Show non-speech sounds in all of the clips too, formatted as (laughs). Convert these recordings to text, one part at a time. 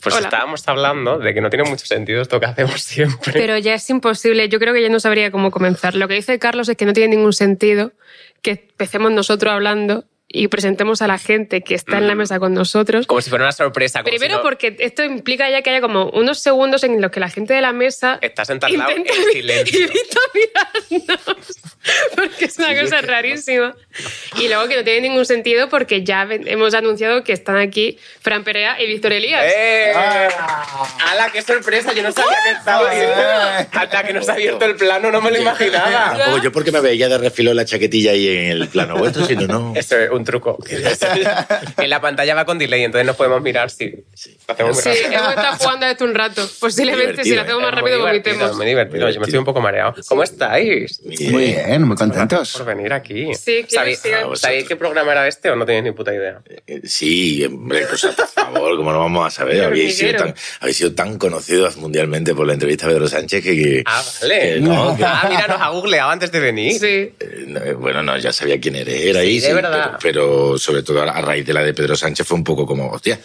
Pues Hola. estábamos hablando de que no tiene mucho sentido esto que hacemos siempre. Pero ya es imposible, yo creo que ya no sabría cómo comenzar. Lo que dice Carlos es que no tiene ningún sentido que empecemos nosotros hablando y presentemos a la gente que está en la mesa con nosotros. Como si fuera una sorpresa. como Primero si no- porque esto implica ya que haya como unos segundos en los que la gente de la (laughs) mesa (laughs) Estás sentada al lado en Intenta evi- (laughs) silencio. evita mirarnos, porque es Sí, una yo cosa creo. rarísima. Y luego que no tiene ningún sentido porque ya ven- hemos anunciado que están aquí Fran Perea y Víctor Elías. ¡Eh! Ah. ¡Hala, qué sorpresa! Yo no sabía que estaba Ah. Hasta que nos ha abierto el plano no me lo imaginaba. Tampoco Ah, yo porque me veía de refilón la chaquetilla ahí en el plano vuestro, si (laughs) no, no. Eso es un truco. (laughs) en la pantalla va con delay, entonces nos podemos mirar si lo hacemos muy Sí, rápido. hemos estado jugando desde un rato. Posiblemente si Divertido, lo hacemos ¿eh? Es más muy rápido divertido, vomitemos. Muy divertido. Yo me estoy un poco mareado. ¿Cómo estáis? Muy eh, bien, muy contentos. Por venir aquí. Sí, qué ¿Sabéis, ilusión. ¿Sabéis qué programa era este o no tenéis ni puta idea? Eh, Sí, hombre, cosa, por favor, ¿cómo no vamos a saber? Pero Habéis sido, hormiguero. tan, habéis sido tan conocidos mundialmente por la entrevista a Pedro Sánchez que... que- Ah, vale. (laughs) que (laughs) no, que- Ah, mira, nos ha googleado antes de venir. Sí. eh, no, eh, bueno, no, ya sabía quién eres, era Sí, ahí, de verdad. Pero, pero sobre todo a a raíz de la de Pedro Sánchez fue un poco como, hostia,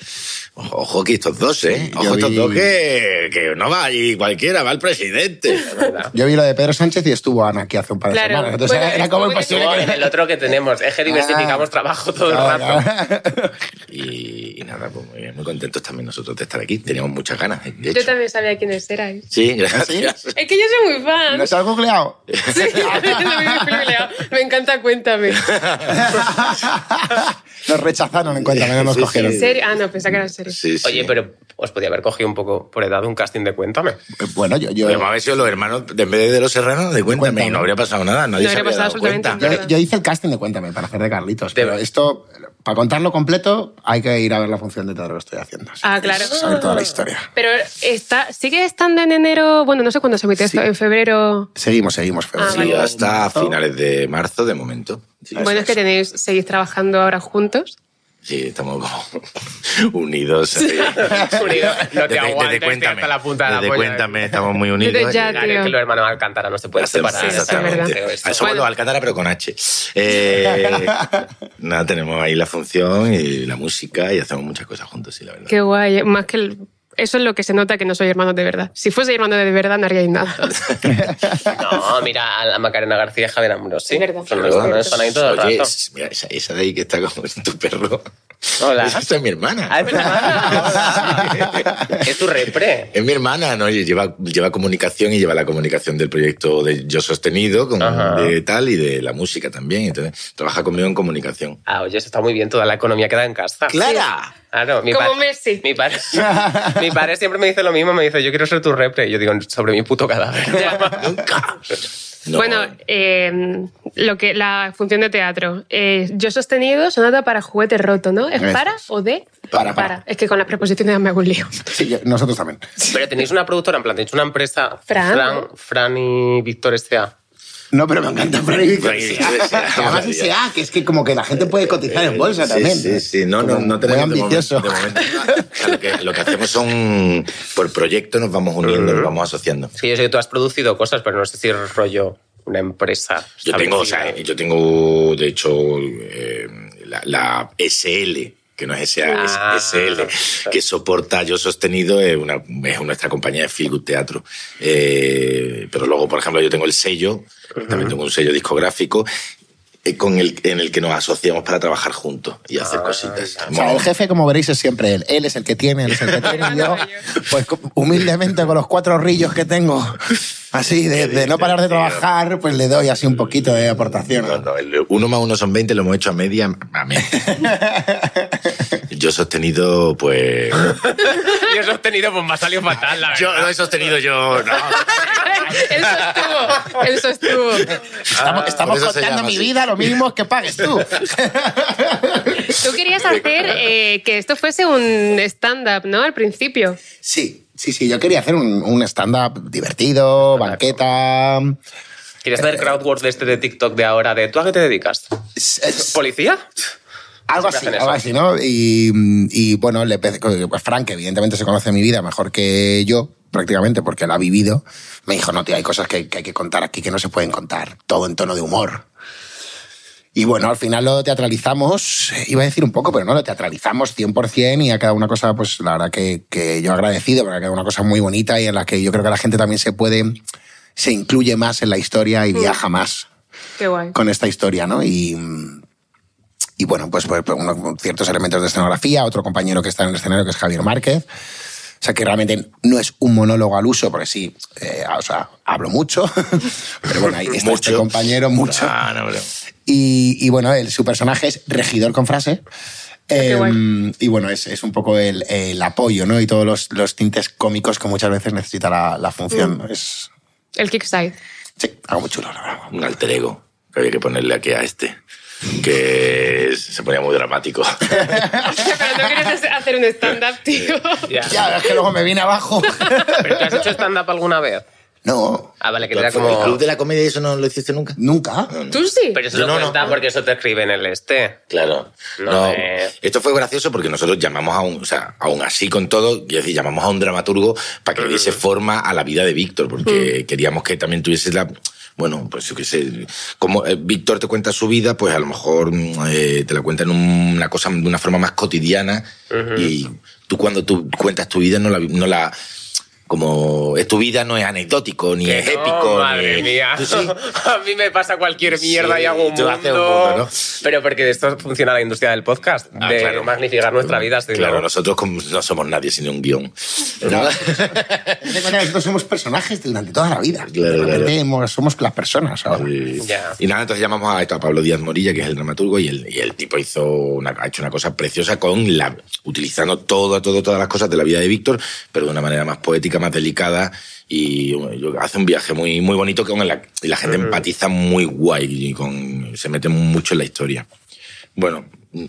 ojo ojo que estos dos, ¿eh? Sí, yo Ojo estos vi- dos que, que no va allí cualquiera, va el presidente. ¿Verdad? Yo vi lo de Pedro Sánchez y estuvo Ana aquí hace un par de Claro. semanas. Entonces Bueno, era como estuvo imposible No, que... en el otro que tenemos. Es que Ah. diversificamos trabajo todo el Claro, rato. claro. Y, y nada, pues muy, bien, muy contentos también nosotros de estar aquí. Teníamos muchas ganas, ¿eh? de hecho. Yo también sabía quiénes eran. Sí, gracias. Es que yo soy muy fan. ¿No (laughs) has googleado? (laughs) Sí, lo mismo que Leo. Me encanta, cuéntame. Nos rechazaron en cuenta, no nos Sí, sí. cogieron. ¿En serio? Ah, no, pensaba que era en serio. Sí, sí. Oye, pero os podía haber cogido un poco por edad un casting de Cuéntame. (laughs) (laughs) Eh, Bueno, yo, yo, Pero me habéis sido los hermanos, de- en vez de los serranos, de Cuéntame, Cuéntame. y no habría pasado nada. Nadie No se habría habría pasado dado absolutamente cuenta. nada. yo- yo hice el casting de Cuéntame para hacer de Carlitos. Pero De- esto, para contarlo completo, hay que ir a ver la función de teatro que estoy haciendo. así Ah, que claro. Saber toda la historia. Pero está, sigue estando en enero, bueno, no sé cuándo se emite esto, en febrero. Seguimos, seguimos, Feo. Ah, Sí, vale. hasta finales de marzo, de momento. Sí, bueno, es que tenéis, seguís trabajando ahora juntos. sí, estamos como (laughs) unidos. eh. Unido, no te Desde- aguantes, desde estoy Cuéntame. hasta la punta de la desde polla. Cuéntame, estamos muy unidos. Desde ya, eh. Claro, es que los hermanos Alcántara no se pueden Hacemos- separar. Sí, exactamente. es Ah, somos Bueno. los Alcántara, pero con H. Eh, (laughs) nada, tenemos ahí la función y la música y hacemos muchas cosas juntos, sí, la verdad. Qué guay, más que el- eso es lo que se nota que no soy hermano de verdad. Si fuese hermano de verdad no haríais nada. No, mira, a la Macarena García y Javier Ambrosi. Es verdad. Son los Es hermanos, cierto. están ahí todo el Oye, rato. es- mira, esa, esa de ahí que está como (laughs) tu perro. Hola. Esa es mi hermana. Ah, es tu (laughs) hermana. Es tu repre. Es mi hermana, ¿no? Y lleva, lleva comunicación y lleva la comunicación del proyecto de Yo Sostenido, con, Ajá. de tal, y de la música también. Entonces, trabaja conmigo en comunicación. Ah, oye, eso está muy bien, toda la economía queda en casa. ¡Clara! Claro, Ah, mi Como padre- Messi. Mi (laughs) padre, mi padre siempre me dice lo mismo, me dice, yo quiero ser tu repre. Y yo digo, sobre mi puto cadáver. ¡Nunca! No. Bueno, eh, lo que, la función de teatro. Eh, yo he sostenido sonata para juguete roto, ¿no? ¿Es Eso para es. o de? Para, para. Es que con las preposiciones me hago un lío. (laughs) Sí, yo- nosotros también. (laughs) Pero tenéis una productora, en plan, tenéis una empresa, Fran. Fran, Fran y Víctor S.A. No, pero me encanta Frank. Frank Sí, Iglesias. que (laughs) Además, ese A, que es que como que la gente puede cotizar en bolsa Eh, Sí, también. Sí, sí, no, Como no, no Muy tenemos de ambicioso. (laughs) momento- de momento. O sea, lo, que, lo que hacemos son, por proyecto nos vamos uniendo, nos vamos asociando. Es que yo sé que tú has producido cosas, pero no sé si es rollo una empresa. Yo tengo, o sea, establecida. yo tengo, de hecho, eh, la, la SL, que no es SA, es Ah. SL, que soporta Yo Sostenido, es, una, es nuestra compañía de Feel Good Teatro. Eh, pero luego, por ejemplo, yo tengo el sello, también tengo un sello discográfico, eh, con el, en el que nos asociamos para trabajar juntos y hacer cositas. Ah, O sea, el jefe, como veréis, es siempre él. Él es el que tiene, él es el que tiene. y yo, pues humildemente, con los cuatro rillos que tengo, así, de, de no parar de trabajar, pues le doy así un poquito de aportación. No, no, el uno más uno son 20, lo hemos hecho a media. A media. Yo he sostenido, pues. (laughs) Yo he sostenido, pues me ha salido fatal, la Yo verdad. lo he sostenido yo. No, él sostuvo, él sostuvo. Estamos, estamos Ah, por eso se contando llama mi así. vida, lo mínimo es que pagues (laughs) tú. Tú querías hacer eh, que esto fuese un stand-up, ¿no? Al principio. Sí, sí, sí, yo quería hacer un, un stand-up divertido, banqueta. ¿Quieres hacer crowdwork de este de TikTok de ahora? De, ¿Tú a qué te dedicas? (laughs) ¿Policía? Algo Siempre hacen así, eso. algo así, ¿no? Y, y, bueno, le empecé con- pues, Frank, que evidentemente se conoce mi vida mejor que yo, prácticamente, porque la ha vivido, me dijo, no, tío, hay cosas que, que hay que contar aquí que no se pueden contar, todo en tono de humor. Y bueno, al final lo teatralizamos, eh, iba a decir un poco, pero no, lo teatralizamos 100% y ha quedado una cosa, pues la verdad que, que yo agradecido, porque ha quedado una cosa muy bonita y en la que yo creo que la gente también se puede, se incluye más en la historia y viaja más Qué guay. con esta historia, ¿no? Y, y bueno, pues, pues, pues, uno- ciertos elementos de escenografía, otro compañero que está en el escenario que es Javier Márquez. O sea, que realmente no es un monólogo al uso, porque sí, eh, o sea, hablo mucho, (laughs) pero bueno, ahí está este Mucho. compañero mucho. Ah, no, pero- Y, y bueno, él- su personaje es regidor con frase. Ah, qué Em, guay. y bueno, es, es un poco el, el apoyo, ¿no? Y todos los, los tintes cómicos que muchas veces necesita la, la función. Mm. Es, El kickside. sí, algo muy chulo, la verdad. un alter ego que había que ponerle aquí a este, que se ponía muy dramático. Pero no querías hacer un stand-up, tío. (laughs) Ya. Ya, es que luego me vine abajo. (laughs) ¿Pero tú has hecho stand-up alguna vez? No, Ah, vale, que ¿Tú era has formado como... ¿El club de la comedia eso no lo hiciste nunca? nunca. Ah. Tú sí. Pero eso Yo no, no, no. cuenta porque eso te escribe en el este. Claro. No, No, eh. Esto fue gracioso porque nosotros llamamos a un, o sea, aún así con todo, quiero decir, llamamos a un dramaturgo para que le diese forma a la vida de Víctor, porque queríamos que también tuviese la. Bueno, pues yo qué sé. Como eh, Víctor te cuenta su vida, pues a lo mejor mm, eh, te la cuenta en un- una cosa de una forma más cotidiana. Y tú cuando tú cuentas tu vida no la. No la como es tu vida no es anecdótico ni Que es no, épico madre (laughs) ni- mía. (laughs) Tú sí. A mí me pasa cualquier mierda Sí, y hago un tú mundo. haces un mundo, ¿no? Pero porque de esto funciona la industria del podcast, Ah, de claro. magnificar nuestra vida. sí, Claro, ¿no? nosotros como no somos nadie sin un guión. Ten en cuenta que nosotros somos personajes durante toda la vida. Claro, Realmente hemos- Somos las personas ahora. Y, Ya. y nada, entonces llamamos a, esto, a Pablo Díaz Morilla, que es el dramaturgo, y el, y el tipo hizo una, ha hecho una cosa preciosa con la, utilizando todo, todo, todas las cosas de la vida de Víctor, pero de una manera más poética, más delicada, y yo- hace un viaje muy, muy bonito con la, y la gente empatiza muy guay y con, se mete mucho en la historia. Bueno, mm,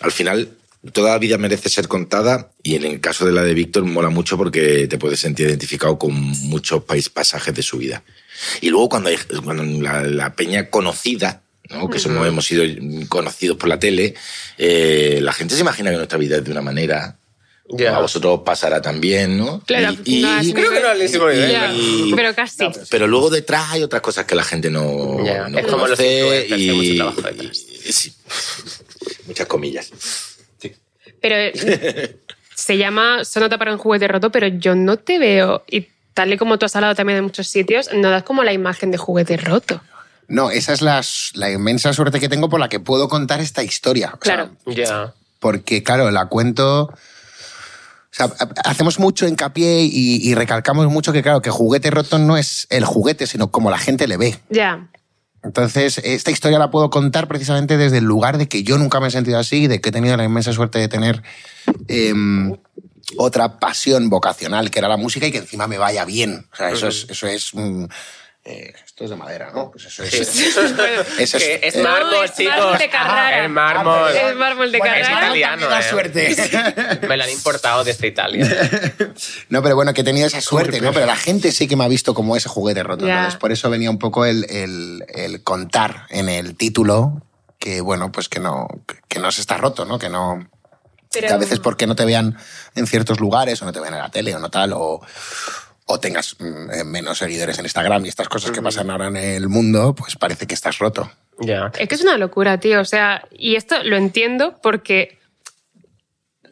al final toda vida merece ser contada y en el caso de la de Víctor mola mucho porque te puedes sentir identificado con muchos pais- pasajes de su vida. Y luego cuando, hay- cuando la, la peña conocida, ¿no? que somos, hemos sido conocidos por la tele, eh, la gente se imagina que nuestra vida es de una manera. Ya. A vosotros os pasará también, ¿no? Claro, Y- y- no, así Creo que no es el mismo nivel. Ya, y- Pero casi. pero luego detrás hay otras cosas que la gente no, Ya, no es como los conoce influencers, hay mucho y, trabajo detrás. y- sí. muchas comillas. Pero eh, se llama Sonata para un juguete roto, pero yo no te veo. Y tal y como tú has hablado también de muchos sitios, no das como la imagen de juguete roto. No, esa es la, s- la inmensa suerte que tengo por la que puedo contar esta historia. O sea, Claro. (laughs) Ya. porque, claro, la cuento. O sea, ha- hacemos mucho hincapié y, y recalcamos mucho que, claro, que juguete roto no es el juguete, sino como la gente le ve. Ya. Entonces, esta historia la puedo contar precisamente desde el lugar de que yo nunca me he sentido así, de que he tenido la inmensa suerte de tener em, otra pasión vocacional, que era la música, y que encima me vaya bien. O sea, eso es... Eso es mm, eh, esto es de madera, ¿no? Pues eso es... Eso Eso es, es- que es eh, No, mármol, es chicos. Ah, mármol de Carrara. Es Ah, mármol. Es mármol de Bueno, es Carrara. italiano, también da eh. suerte. Me la han importado desde Italia. (laughs) No, pero bueno, que he tenido esa suerte, ¿no? Pero la gente sí que me ha visto como ese juguete roto. Ya. Entonces, por eso venía un poco el, el- el contar en el título que, bueno, pues que no, que no se está roto, ¿no? Que no... Pero- Que a veces porque no te vean en ciertos lugares, o no te vean en la tele, o no tal, o, o tengas mm, eh, menos seguidores en Instagram y estas cosas que pasan ahora en el mundo, pues parece que estás roto. ya. Es que es una locura, tío. O sea, y esto lo entiendo porque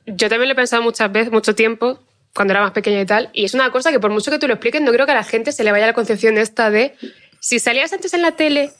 yo también lo he pensado muchas veces, mucho tiempo, cuando era más pequeña y tal. Y es una cosa que por mucho que tú lo expliques, no creo que a la gente se le vaya la concepción esta de si salías antes en la tele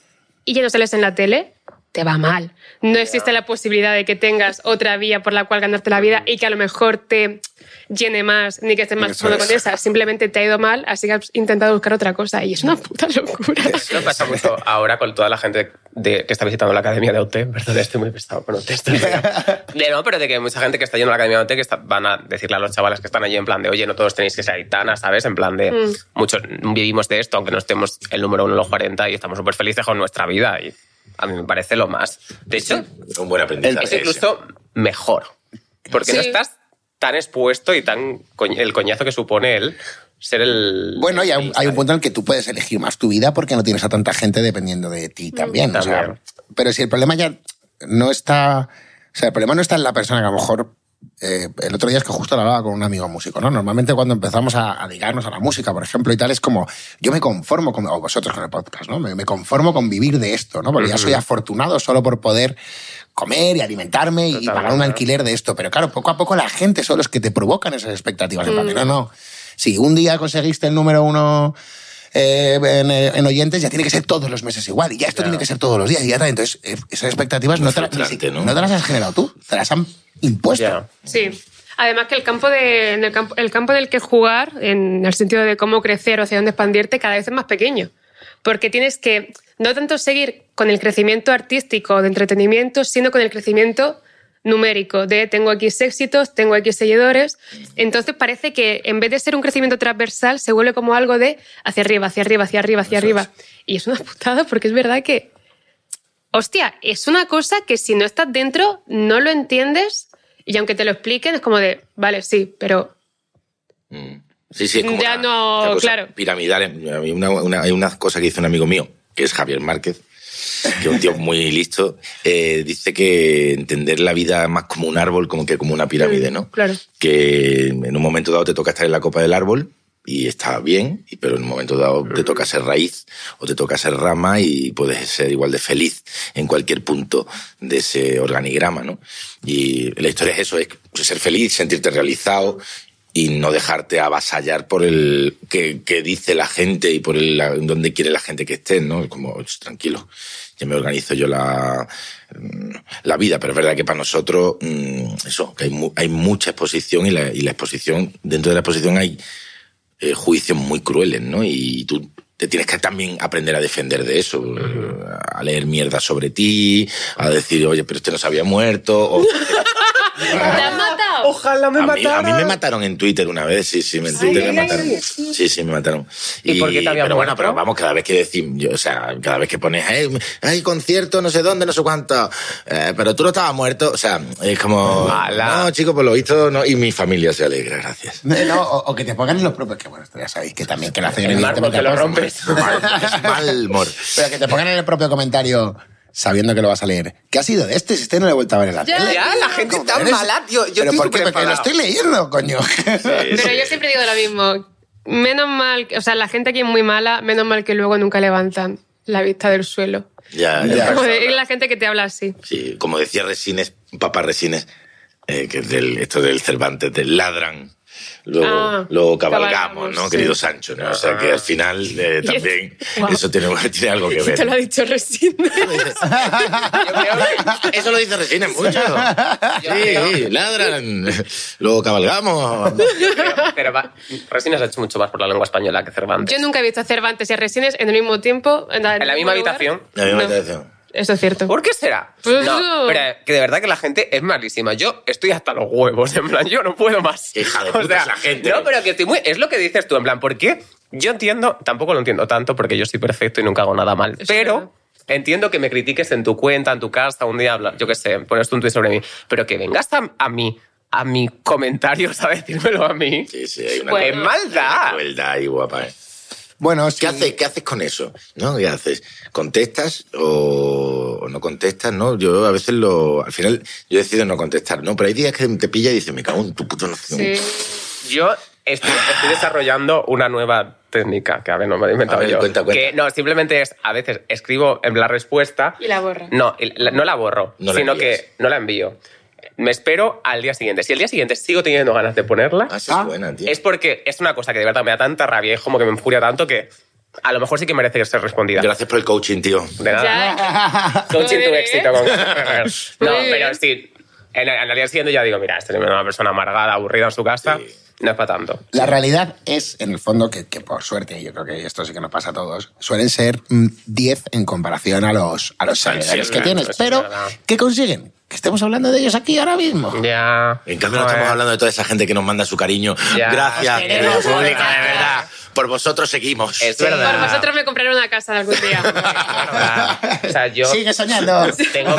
y ya no sales en la tele, te va mal. No existe la posibilidad de que tengas otra vía por la cual ganarte la vida y que a lo mejor te llene más ni que estés más Eso cómodo con es. esa. Simplemente te ha ido mal, así que has intentado buscar otra cosa. Y es una puta locura. Eso pasa mucho ahora con toda la gente de- que está visitando la Academia de OT. Perdón, estoy muy pesado con OT. esto es verdad. De no, pero de que hay mucha gente que está yendo a la Academia de OT que está- van a decirle a los chavales que están allí en plan de oye, no todos tenéis que ser haitanas, ¿sabes? En plan de muchos vivimos de esto, aunque no estemos el número uno en los 40 y estamos súper felices con nuestra vida. Y a mí me parece lo más. De hecho, Un buen aprendizaje. es ese. incluso mejor. Porque no Sí. estás tan expuesto y tan coñ- el coñazo que supone el ser el. Bueno, y hay, el- un- hay un punto en el que tú puedes elegir más tu vida porque no tienes a tanta gente dependiendo de Mm. ti también. o sea, También. pero si el problema ya no está. O sea, el problema no está en la persona que a lo mejor eh, el otro día es que justo lo hablaba con un amigo músico, ¿no? Normalmente cuando empezamos a, a ligarnos a la música, por ejemplo, y tal, es como, yo me conformo con, o vosotros con el podcast, ¿no? Me, me conformo con vivir de esto, ¿no? Porque ya soy afortunado solo por poder comer y alimentarme y Totalmente, pagar un ¿no? alquiler de esto. Pero claro, poco a poco la gente son los que te provocan esas expectativas. En plan de, no, no. Si un día conseguiste el número uno eh, en, eh, en oyentes, ya tiene que ser todos los meses igual. Y ya esto Ya. tiene que ser todos los días. Y ya tal. Entonces, eh, esas expectativas no te, las, ni frustrante, si- ¿no? no te las has generado tú. Te las han impuesto. Ya. Sí. Además que el campo, de, en el, campo, el campo del que jugar, en el sentido de cómo crecer o hacia dónde expandirte, cada vez es más pequeño. Porque tienes que no tanto seguir con el crecimiento artístico de entretenimiento, sino con el crecimiento numérico de tengo X éxitos, tengo X seguidores. Entonces parece que en vez de ser un crecimiento transversal, se vuelve como algo de hacia arriba, hacia arriba, hacia arriba, hacia arriba. Y es una putada porque es verdad que hostia, es una cosa que si no estás dentro, no lo entiendes. Y aunque te lo expliquen, es como de, vale, sí, pero Mm. Sí, sí, es como Ya una- no, una cosa claro. Piramidal. Eh, A mí una, una- hay una cosa que dice un amigo mío, que es Javier Márquez, que es (laughs) un tío muy listo, eh, dice que entender la vida más como un árbol, como que como una pirámide, ¿no? claro. que en un momento dado te toca estar en la copa del árbol y está bien, y- pero en un momento dado Mm. te toca ser raíz o te toca ser rama y puedes ser igual de feliz en cualquier punto de ese organigrama, ¿no? Y la historia es eso, es ser feliz, sentirte realizado y no dejarte avasallar por el que, que dice la gente y por el la- donde quiere la gente que estés, ¿no? Como "Ch, tranquilo, ya me organizo yo la, mm, la vida, pero es verdad que para nosotros mm, eso, que hay, mu- hay mucha exposición y la, y la exposición, dentro de la exposición hay eh, juicios muy crueles, ¿no? Y tú te tienes que también aprender a defender de eso, a leer mierda sobre ti, a decir, oye, pero este no se había muerto, o (laughs) ¡Te has matado! Ojalá a mí, a mí me mataron en Twitter una vez, sí, sí, me- en Sí. Twitter Ay, me ay, mataron. ay. Sí, sí, me mataron. ¿Y por qué te habían pero bueno, muerto? pero vamos, cada vez que decimos, o sea, cada vez que pones, "Eh, hay concierto, no sé dónde, no sé cuánto, eh, pero tú no estabas muerto, o sea, es como, Mala. no, chico, por lo visto, no, y mi familia se alegra, gracias. No, no, o, o que te pongan en los propios, que bueno, esto ya sabéis que también que lo hacen El marco evidentemente te lo a posta. rompes. Es mal, mor. Pero que te pongan en el propio comentario sabiendo que lo vas a leer. ¿Qué ha sido de este? Si este no lo he vuelto a ver en la Ya, tele. ya, la gente Como, está pero eres- mala, tío. Yo ¿Pero estoy por qué? Porque superenfadado. lo estoy leyendo, coño. (laughs) Pero yo siempre digo lo mismo. Menos mal, o sea, la gente aquí es muy mala, menos mal que luego nunca levantan la vista del suelo. Ya, Ya. ya. Como de- es la gente que te habla así. Sí, como decía Resines, papá Resines, eh, que es del, esto del Cervantes, del ladran. Luego, Ah, luego cabalgamos, cabalgamos, ¿no? sí. Querido Sancho, ¿no? O sea que al final (laughs) eh, también Guau. eso tiene, (laughs) tiene algo que ver. Te lo ha dicho recién. (laughs) Eso lo dice Resines mucho. (laughs) Sí, sí, ladran. (laughs) (laughs) Luego cabalgamos. (laughs) Pero va, Resines ha hecho mucho más por la lengua española que Cervantes. Yo nunca he visto a Cervantes y a Resines en el mismo tiempo. En la, En la misma habitación. La misma No. tradición. Eso es cierto. ¿Por qué será? Pues no, no. pero que de verdad que la gente es malísima. Yo estoy hasta los huevos, en plan, yo no puedo más. (laughs) Qué hija de puta es la gente. No, pero que estoy muy- es lo que dices tú, en plan, ¿por qué? Yo entiendo, tampoco lo entiendo tanto porque yo soy perfecto y nunca hago nada mal, Es pero verdad. entiendo que me critiques en tu cuenta, en tu casa, un día, habla- yo qué sé, pones tú un tuit sobre mí, pero que vengas a, a mí, a mi comentario, (laughs) a decírmelo a mí. Sí, sí, hay una ¡Qué Bueno. maldad! crueldad ahí, guapa. ¿eh? bueno, sí. ¿Qué, haces, ¿Qué haces con eso? ¿No? ¿Qué haces? ¿Contestas o o no contestas? ¿no? Yo a veces lo. Al final yo decido no contestar, ¿no? Pero hay días que te pilla y dices, me cago en tu puto no Sí. pues, Yo estoy, estoy desarrollando una nueva técnica que a ver, no me la he inventado A ver, yo. cuenta, cuenta. Que no, simplemente es a veces escribo en la respuesta. Y la borra. No, el- la- no la borro, No la sino envías. que no la envío. Me espero al día siguiente. Si el día siguiente sigo teniendo ganas de ponerla, Ah, sí, Ah, es buena, tío. es porque es una cosa que de verdad me da tanta rabia y es como que me enfuria tanto que a lo mejor sí que merece ser respondida. Gracias por el coaching, tío. De nada. Ya, Coaching tu Joder, ¿eh? éxito (laughs) con No, Muy pero bien. sí. En el, al día siguiente ya digo, mira, esta es una persona amargada, aburrida en su casa, Sí. no es para tanto. La realidad es, en el fondo, que, que por suerte, y yo creo que esto sí que nos pasa a todos, suelen ser mm, 10 en comparación a los, a los seguidores sí, que claro, tienes. eso es Pero, verdad. ¿qué consiguen? Que estemos hablando de ellos aquí ahora mismo. Ya. pues, En cambio, no estamos (laughs) hablando de toda esa gente que nos manda su cariño. Ya. Gracias, Os querido queremos, público, de gracias. verdad. Por vosotros seguimos. Es por verdad. vosotros me compraré una casa algún (laughs) día. O sea, yo Sigue soñando. (laughs) tengo,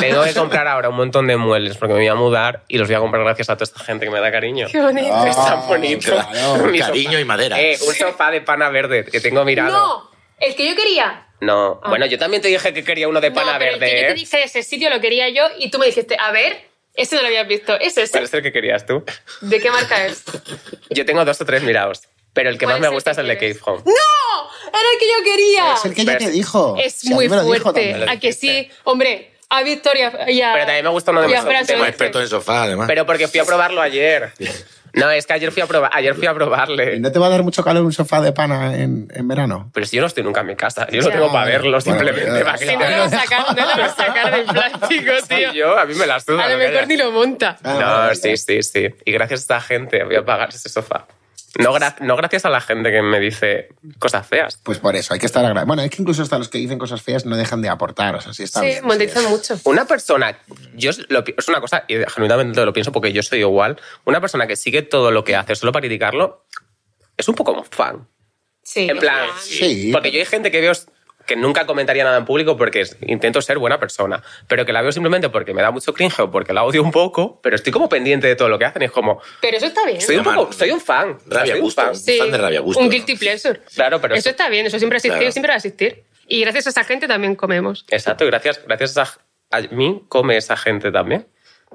tengo que comprar ahora un montón de muebles porque me voy a mudar y los voy a comprar gracias a toda esta gente que me da cariño. Qué bonito. Ah, es tan bonito. claro. Mi Cariño y madera. Eh, un sofá de pana verde que tengo mirado. No, el que yo quería. No. Bueno, yo también te dije que quería uno de No, pana pero el que yo verde. te ¿eh? dije de ese sitio lo quería yo y tú me dijiste, a ver, Ese no lo habías visto. Es ese. ¿Cuál es el que querías tú? ¿De qué (laughs) marca es? Yo tengo dos o tres mirados, pero el que ¿Cuál más me es el gusta que es el de Cave quieres? Home. ¡No! Era el que yo quería. Es el que yo Pero te Pues, es- dijo. Es Si a mí muy me lo dijo también. fuerte. lo ¿A que sí? dijiste. Hombre, a Victoria y a... Pero también me gusta uno de y a mis- de Fran más Como Soler. experto en sofá, además. Pero porque fui a probarlo ayer. No, es que ayer fui a, proba- ayer fui a probarle. ¿No te va a dar mucho calor un sofá de pana en, en verano? Pero si yo no estoy nunca en mi casa, yo lo Ya. tengo para verlo Bueno, simplemente. ya. para que Sí, no la lo vean. vas a sacar, no lo vas a sacar del (laughs) plástico, tío. Soy yo, a mí me las duda. A lo lo que mejor haya. ni lo monta. Ah, No, vale, sí, sí, sí. Y gracias a esta gente voy a pagar ese sofá. No, gra- no gracias a la gente que me dice cosas feas. Pues por eso, hay que estar agradecido. Bueno, es que incluso hasta los que dicen cosas feas no dejan de aportar, o sea, sí está Sí, bien. monetizan mucho. Una persona, yo es lo pi- es una cosa, y genuinamente lo pienso porque yo soy igual, una persona que sigue todo lo que hace solo para criticarlo, es un poco como fan. Sí. En plan, Sí. porque yo hay gente que veo que nunca comentaría nada en público porque es- intento ser buena persona, pero que la veo simplemente porque me da mucho cringe o porque la odio un poco, pero estoy como pendiente de todo lo que hacen. Es como, Pero eso está bien. soy un Además, poco, soy un fan. rabia soy un gusto. fan. Sí. fan de rabia gusto, Un ¿no? guilty pleasure. Claro, pero Eso eso- está bien, eso siempre ha existido Claro. y siempre va a existir. Y gracias a esa gente también comemos. Exacto, y gracias, gracias a, a mí come esa gente también,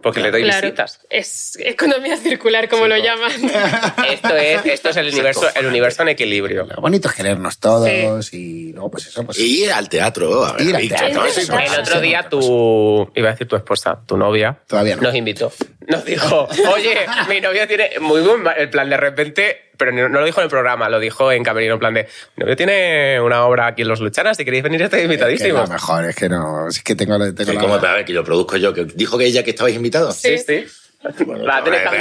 porque le doy Claro. visitas. Es economía circular, como Sí, lo claro. llaman. Esto es, esto es el universo, el universo en equilibrio. Lo bonito es querernos todos y luego, pues eso, pues. Y ir al teatro. A ver, Ir al Víctor, teatro. no, Eso eso es no. El otro sí, día sí, tu, iba a decir tu esposa, tu novia, Todavía no. nos invitó. Nos dijo, oye, mi novia tiene muy buen ma- el plan de repente, pero no no lo dijo en el programa, lo dijo en Camerino, en plan de, mi novia tiene una obra aquí en Los Luchanas, si queréis venir estáis es que lo invitadísimos. mejor es que no. Es que tengo, tengo Que la- como, a ver, que lo produzco yo. Que dijo que ella que estabais invitados. Sí, sí. Va eh, a tener que-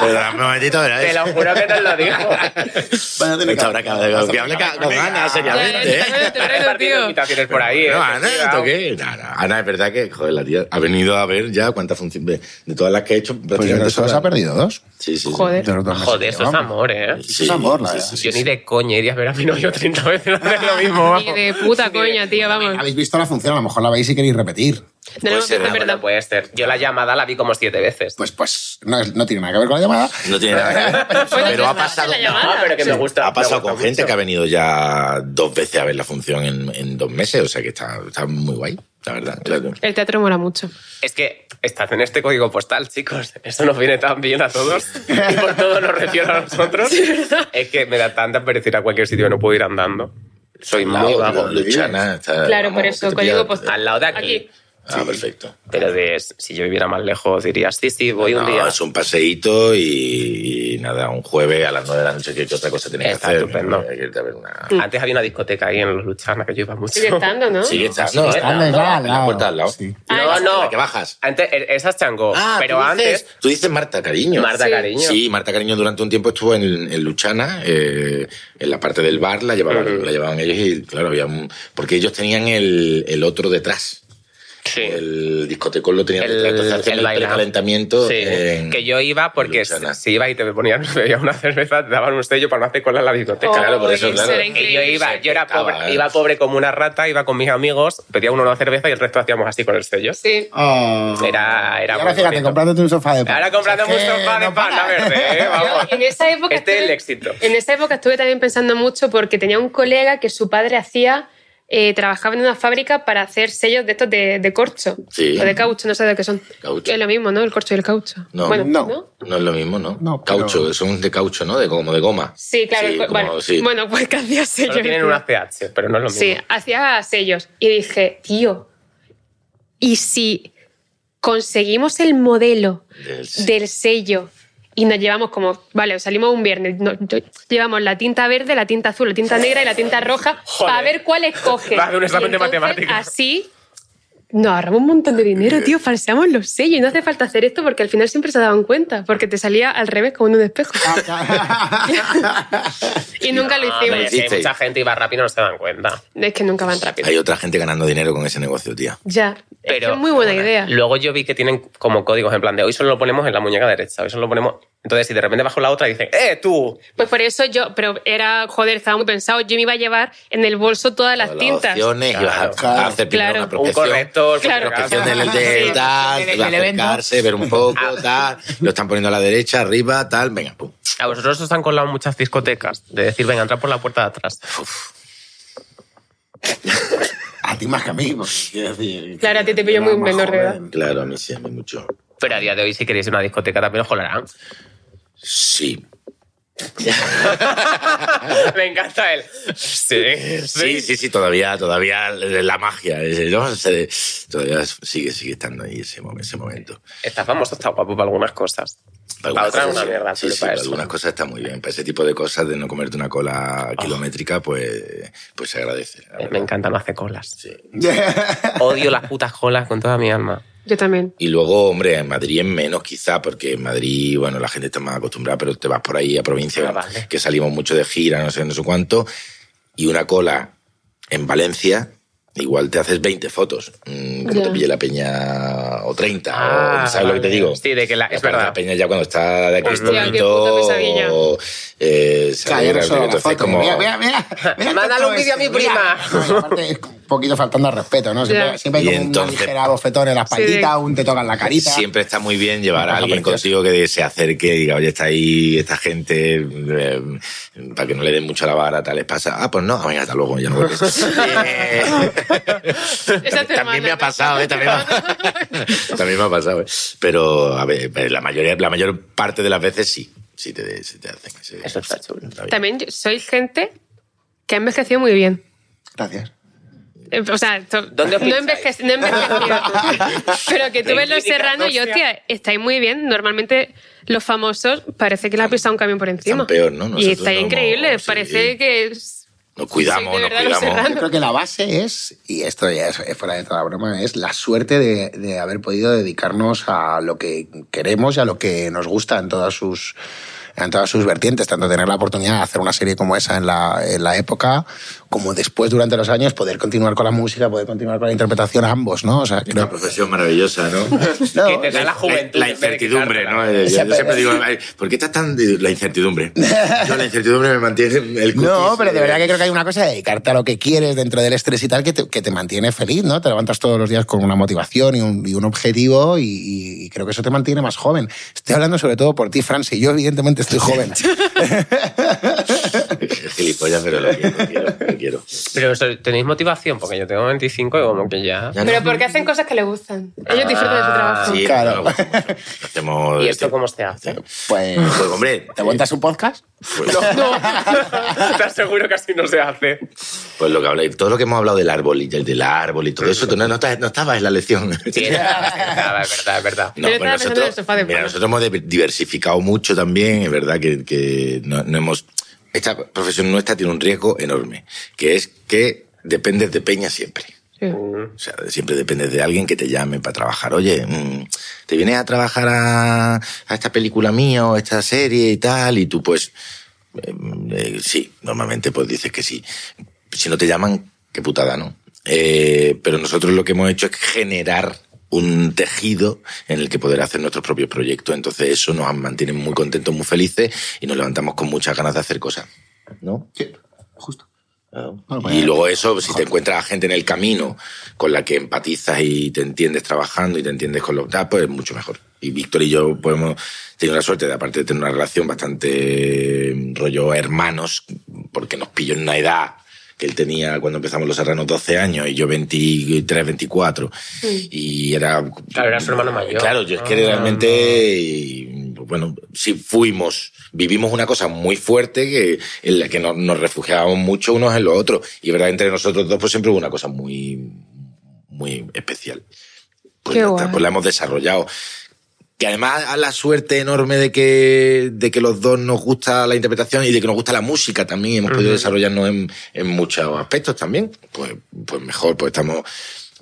Te lo (laughs) juro que nos lo dijo. eh, Bueno, tiene que- Habrá que hablar con Ana, seriamente. Ya, ¿eh? ya, ya, ya, ya, ya, Repartiendo tío. invitaciones por ahí. ¿eh? No, Ana, Cuidado. toqué. No, no, Ana, es verdad que, joder, la tía ha venido a ver ya cuántas funciones. De todas las que he hecho, Pues yo prácticamente creo que solo todas. se ha perdido dos. Sí, sí. sí. Joder. De los dos meses que Joder, eso es llevamos. amor, ¿eh? Eso es amor, la verdad. Yo ni de coña iría a ver a mi novio 30 veces, no hacer lo mismo. (laughs) Ni vamos. de puta coña, tío, vamos. Habéis visto la función, a lo mejor la veis y queréis repetir. No, no, Puede ser, no, ah, Bueno, perdón. puede ser. Yo la llamada la vi como siete veces. Pues, pues, no, es- no tiene nada que ver con la llamada. No tiene nada que ver. Bueno, pues Pero ya ha está, pasado. la llamada. No, pero que me gusta. Ha pasado con gente que ha ha venido ya dos veces a ver la función en, en dos meses, o sea que está, está muy guay, la verdad. Claro. El teatro mola mucho. Es que estás en este código postal, chicos. Eso nos viene tan bien a (laughs) todos. Y por todo nos refiero a nosotros. Es que me da tanta pereza ir a cualquier sitio que no puedo ir andando. Soy muy Claro, vago. Luchana, está- Claro, vamos, por eso, que te código pilla- postal. Al lado de aquí. Aquí. Ah, perfecto. Pero de, si yo viviera más lejos, diría, sí, sí, voy un No, día. Es un paseíto y, y nada, un jueves a las 9 de la noche, ¿qué, qué otra cosa tienes Está que hacer? estupendo. Mm. Hay que irte a ver una... Antes había una discoteca ahí en Los Luchana que yo iba mucho. Sigue estando, ¿no? Sigue estando, sigue está estando, al lado, al en la lado. puerta al lado. Sí. (laughs) No, no. La que bajas. Ah, Antes, e- esa es Chango. pero tú antes, dices- Tú dices Marta, cariño. Marta Sí. Cariño. Sí, Marta Cariño durante un tiempo estuvo en, en Luchana, eh, en la parte del bar, la llevaban, Ujú. la llevaban ellos y claro, había un- porque ellos tenían el, el otro detrás. Sí. pues, El discotecón lo tenían detrás. Entonces hacían el, bailao. precalentamiento. Sí, en- que yo iba porque Luchana. si iba y te ponían (laughs) bebía una cerveza, te daban un sello para no hacer cola en la discoteca. Oh, claro, por eso, eso claro. era Y yo increíble. iba, yo era Estaba, pobre, ¿eh? iba pobre como una rata, iba con mis amigos, pedía uno una cerveza y el resto hacíamos así con el sello. Sí. Oh. Ah. Era- era Y ahora muy fíjate, bonito. comprándote un sofá de pana. Ahora comprando O sea, un que sofá de no para. pana (laughs) verde, ¿eh? vamos. Yo en esa época Este es estuve, el éxito. En esa época estuve también pensando mucho porque tenía un colega que su padre hacía, eh, trabajaba en una fábrica para hacer sellos de estos de, de corcho Sí. o de caucho, no sé de qué son. Caucho. Es lo mismo, ¿no? El corcho y el caucho. No. Bueno, No. No es lo mismo, ¿no? No, pero- caucho, son de caucho, ¿no? De como de goma. Sí, claro. el co- como- bueno, sí. bueno, pues (laughs) que hacía sellos. Solo tienen tío. unas PH, pero no es lo mismo. Sí, hacía sellos. Y dije, tío, ¿y si conseguimos el modelo Del- del sello y nos llevamos como, vale, salimos un viernes, no- yo- llevamos la tinta verde, la tinta azul, la tinta negra y la (laughs) tinta roja Joder. para ver cuál escoge. Va a hacer un examen Y de entonces, matemáticas. Así nos ahorramos un montón de dinero, tío, falseamos los sellos y no hace falta hacer esto porque al final siempre se daban cuenta, porque te salía al revés como en un espejo. y nunca lo Ah, pero hicimos. es que hay Hicisteis. mucha gente y va rápido y no se dan cuenta. Es que nunca van rápido. Hay otra gente ganando dinero con ese negocio, tía. Ya, es, que Pero, es muy buena bueno, idea. Luego yo vi que tienen como códigos en plan de hoy solo lo ponemos en la muñeca derecha, hoy solo lo ponemos. Entonces, si de repente bajo la otra dicen, ¡eh, tú! Pues por eso yo, pero era, joder, estaba muy pensado, yo me iba a llevar en el bolso todas las Todas tintas. opciones, Claro. ibas a, a hacer primero Claro. una Un prospección. corrector, Claro. Prospección fotografía. del, del (laughs) Sí. tal, Del- del acercarse, ver (laughs) un poco, tal. Lo están poniendo a la derecha, arriba, tal. Venga, pum. A vosotros os han colado muchas discotecas de decir, venga, entra por la puerta de atrás. A ti más que a mí. porque quiero decir, Claro, a ti te yo pillo era muy más menor de joven. edad. Claro, a mí sí, a mí mucho. Pero a día de hoy, si queréis una discoteca, también os jolarán. Sí. Me encanta él. Sí, Sí, sí, sí, todavía, todavía la magia. eh, ¿no? Se- Todavía sigue, sigue estando ahí ese, momen- ese momento. Está famoso, está guapo para algunas cosas. Para otras, cosas una sí. mierda. Sí, pero sí, para para eso. algunas cosas está muy bien. Para ese tipo de cosas de no comerte una Ah. cola kilométrica, pues, pues se agradece. la Me verdad. encanta, no hace colas. Sí. Odio las putas colas con toda mi alma. Yo (laughs) también. Y luego, hombre, en Madrid es menos quizá, porque en Madrid, bueno, la gente está más acostumbrada, pero te vas por ahí a provincia, Ah, vale. que salimos mucho de gira, no sé, no sé cuánto, y una cola en Valencia, igual te haces 20 fotos, mm, que no Ya. te pille la peña, o 30, Ah, o, ¿sabes lo que te vale. digo? Sí, de que la- es parte de verdad. La peña ya cuando está de Hostia, qué Cristóbal, puta pesadilla. o... Eh, salir (laughs) Cayeron al solo río, la entonces foto. como- Mira, mira, mira. mira Mándale todo un vídeo a esto, mi mira. prima. No, aparte, es un poquito faltando al respeto, ¿no? Siempre, Ya. siempre hay Y como entonces- una ligera bofetón en la Sí, de- espaldita, un te tocan la carita. Siempre está muy bien llevar a Una cosa alguien preciosa. contigo que se acerque y diga, oye, está ahí esta gente, eh, para que no le den mucho la vara, tal, les pasa. Ah, pues no, ah, venga, hasta luego, ya (laughs) no vuelves. Eh, Esa te también me manda, ha pasado, eh, también, me ha, (laughs) también me ha pasado. eh. Pero, a ver, eh, la, mayoría, la mayor parte de las veces sí, sí te, sí te hacen. sí. Eso está chulo. Está bien. También yo- soy gente que ha envejecido muy bien. Gracias. Eh, O sea, to- ¿Dónde os no, pincháis? envejece, no envejecido. (laughs) Pero que tú ves los Clínica serranos y, Dorsea. hostia, estáis muy bien. Normalmente los famosos parece que le ha pisado un camión por encima. Están peor, ¿no? Nosotros y está no hemos- increíble. sí. parece que es... Nos cuidamos, soy de nos verdad los cuidamos. Yo creo que la base es, y esto ya es es fuera de toda broma, es la suerte de, de haber podido dedicarnos a lo que queremos y a lo que nos gusta en todas sus en todas sus vertientes, tanto tener la oportunidad de hacer una serie como esa en la, en la época, como después durante los años poder continuar con la música, poder continuar con la interpretación, ambos, ¿no? O sea, creo- Una profesión maravillosa, (laughs) ¿no? No, que te da la juventud. Oh, La en vez de incertidumbre, quitártela. ¿no? Eh, Yo, Siempre- yo siempre digo, ay, ¿por qué estás tan de la incertidumbre? Yo la incertidumbre me mantiene el cutis, No, pero de eh, verdad que creo que hay una cosa de dedicarte a lo que quieres dentro del estrés y tal que te, que te mantiene feliz, ¿no? Te levantas todos los días con una motivación y un, y un objetivo y, y- y creo que eso te mantiene más joven. Estoy hablando sobre todo por ti, Franci. Yo evidentemente estoy joven. (laughs) Es gilipollas, pero lo quiero, lo quiero, (laughs) lo quiero. Pero eso, tenéis motivación, porque yo tengo 25 y como que ya. Ya no. Pero porque hacen cosas que les gustan. Ellos disfrutan de su Ah, trabajo. Sí, Claro. no, no, no, no, no hacemos... ¿Y esto cómo se hace? Pues, Pues, hombre, ¿te montas un podcast? pues, Te aseguro que así no (laughs) se hace. pues lo que habláis, todo lo que hemos hablado del árbol y del, del árbol y todo eso, tú no, no, estás- no estabas en la lección. Sí, nada, es verdad, es verdad. No, Pero estaba pensando bueno, en el nosotros, sofá de mira, Pablo. nosotros hemos de- diversificado mucho también, es verdad que, que no, no hemos... Esta profesión nuestra tiene un riesgo enorme, que es que dependes de peña siempre. Sí. O sea, siempre depende de alguien que te llame para trabajar. Oye, mm, te vienes a trabajar a, a esta película mía o a esta serie y tal, y tú pues, eh, eh, sí, normalmente pues dices que sí. Si no te llaman, qué putada, ¿no? Eh, pero nosotros lo que hemos hecho es generar un tejido en el que poder hacer nuestros propios proyectos. Entonces eso nos mantiene muy contentos, muy felices y nos levantamos con muchas ganas de hacer cosas, ¿no? Ah, Justo. Y luego eso, si te encuentras a gente en el camino con la que empatizas y te entiendes trabajando y te entiendes con los tal, pues mucho mejor. Y Víctor y yo podemos tener la suerte de, aparte de tener una relación bastante eh, rollo hermanos, porque nos pilló en una edad que él tenía cuando empezamos Los Serranos 12 años y yo 23, 24. Y era... Claro, era su hermano mayor. Claro, yo es que Ah. realmente y, bueno, sí fuimos, vivimos una cosa muy fuerte que, en la que nos, nos refugiábamos mucho unos en los otros. Y verdad, entre nosotros dos, pues siempre hubo una cosa muy, muy especial. Pues, Qué ya está, guay. pues la hemos desarrollado. Que además a la suerte enorme de que, de que los dos nos gusta la interpretación y de que nos gusta la música también. Hemos podido desarrollarnos en, en muchos aspectos también. Pues, pues mejor, pues estamos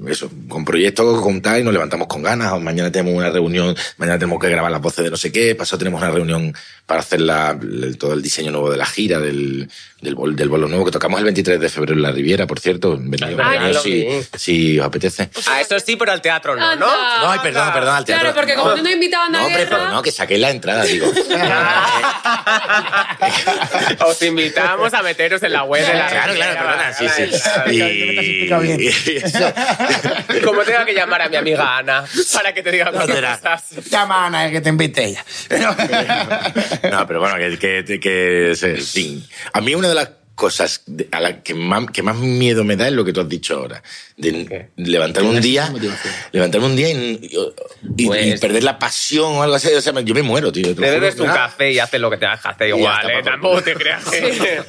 eso, con proyectos, con tal, y nos levantamos con ganas. O mañana tenemos una reunión, mañana tenemos que grabar las voces de no sé qué. Pasado tenemos una reunión para hacer la, el- todo el diseño nuevo de la gira, del, del, bol- del bolo nuevo, que tocamos el 23 de febrero en La Riviera, por cierto. Venid, Ah, venid, lo si, vi. si os apetece. A Ah, eso sí, pero al teatro no, ¿no? Anda. No, ay, perdón, perdón, al Ah, Claro, teatro. porque como tú no invitabas a No, nadie, hombre, pero ¿no? no, que saqué la (laughs) entrada, digo. (laughs) Os invitamos a meteros en la web de la Claro, claro, perdona, sí, sí. Y- (laughs) Como tengo que llamar a mi amiga Ana para que te diga No será. cosas. Llama a Ana eh, que te invite ella. Pero- No, pero bueno, que, que, que- en fin. A mí una de las cosas de- a la que más, que más miedo me da es lo que tú has dicho ahora. De ¿Qué? levantarme un Tienes día, esa motivación. levantarme un día y, y- y Pues- perder la pasión o algo así. O sea, yo me muero, tío. te Te lo juro. bebes tu Ah, café y haces lo que te hagas hacer Y igual, hasta ¿eh? pa' Tampoco te (laughs) creas que...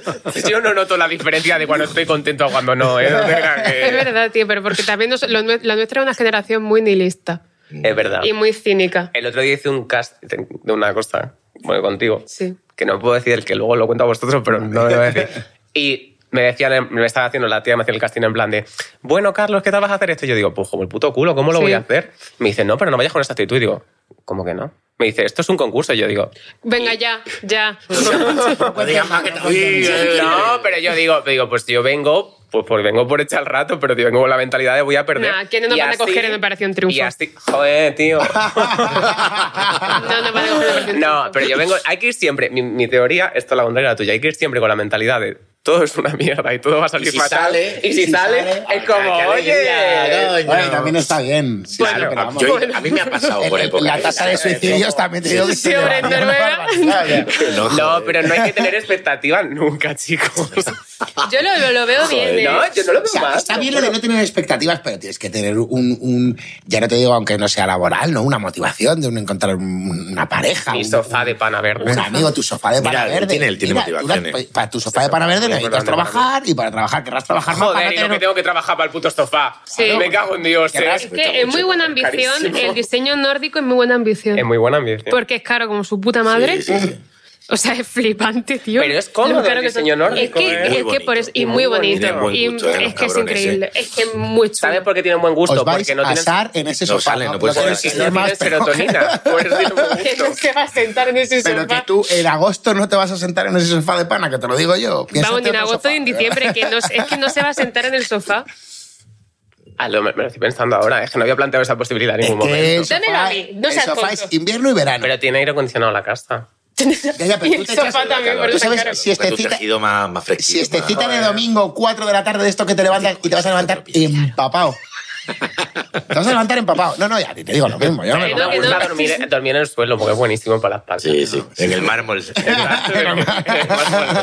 (laughs) Yo no noto la diferencia de cuando estoy contento a cuando no, ¿eh? No te creas que... Es verdad, tío, pero porque también nos- lo nue- la nuestra es una generación muy nihilista Es verdad. y muy cínica. El otro día hice un cast de una cosa, bueno, contigo, Sí. que no puedo decir el que luego lo cuento a vosotros, pero no lo voy a decir. (laughs) Y me decían, en- me estaba haciendo la tía, me hacía el casting en plan de, bueno, Carlos, ¿qué tal vas a hacer esto? Y yo digo, pues como el puto culo, ¿cómo lo Sí. voy a hacer? Me dice, no, pero no vayas con esta actitud. Y digo, ¿cómo que no? Me dice, esto es un concurso. Y yo digo, Venga, ya, ya. Pues pues, no digas más que te- Uy, no, pero yo digo, digo pues yo vengo, pues, pues vengo por echar el rato, pero yo vengo con la mentalidad de voy a perder. Nah, ¿quién no Y van a así- coger en Operación Triunfo? Y así, joder, tío. No, no, vale, vale, vale. No, pero yo vengo. Hay que ir siempre. Mi, mi teoría, esto es la contraria a la tuya, hay que ir siempre con la mentalidad de todo es una mierda y todo va a salir Y si fatal. sale, y si, sale, es como, alegría, oye. coño. Bueno, y también está bien. Sí, Bueno, sí, pero vamos. Yo- a mí me ha pasado por El- el- época. (laughs) la tasa de suicidios también te digo que Sí, se hombre, en levanta una (laughs) Noruega. barbaridad. No, No, joder. pero no hay que tener expectativas nunca, chicos. Yo lo, lo- lo veo bien. Joder, ¿eh? No, yo no lo O veo sea, más. está bien lo de no tener expectativas, pero tienes que tener un, un- ya no te digo aunque no sea laboral, ¿no? Una motivación de un encontrar un- una pareja. Mi un- sofá de pana verde. Un amigo, tu sofá de pana Mira, él verde. tiene- él tiene Mira, tú la- motivaciones. para tu sofá de pana verde necesitas Perdón, perdón. trabajar y para trabajar querrás trabajar más para Joder, y lo tener- que tengo que trabajar para el puto sofá. Sí. Me cago en Dios. Qué eh. raro. Es que es muy buena ambición. Carísimo. El diseño nórdico es muy buena ambición. Es muy buena ambición. Porque es caro como su puta madre. Sí, sí, sí. O sea, es flipante, tío. Pero es cómodo Lo caro el que son. diseño nórdico, Es ¿eh? que, es Muy que bonito. por eso- y Y muy muy bonito. bonito. Y Tienen buen gusto, es ¿eh? Los que es cabrones, increíble. Es que es muy chulo. (laughs) ¿Sabes por qué tienen buen Os gusto? vais Porque no a tienen, asar en ese No sofá. sale, no lo puede que salir. es no es más tienen peor. (laughs) serotonina. Por eso tienen buen Que gusto. no se va a sentar en ese Pero que sofá. tú en agosto no te vas a sentar en ese sofá de pana, que te lo digo yo. Piénsate Vamos, ni en otro agosto sofá. ni en diciembre. Que no, es que no se va a sentar en el sofá. (laughs) Ah, lo- me, me lo estoy pensando ahora, es que no había planteado esa posibilidad en Es ningún que momento. el sofá, Dámelo a mí, no el seas sofá tonto. es invierno y verano. Pero tiene aire acondicionado la casa. Ya, ya, (laughs) pero y tú el te sofá echas- también, por Tú eso sabes, claro. si este Con tu cita- tejido más, más fresquito. Si este más- cita de domingo, 4 de la tarde, de esto que te levantas y te vas a levantar empapado. Te vas a levantar empapado. No, no, ya te digo lo mismo. Yo no me Eh, Me que gusta no. dormir, dormir en el suelo porque es buenísimo para la espalda. (laughs) Sí, sí. En el mármol. Exacto.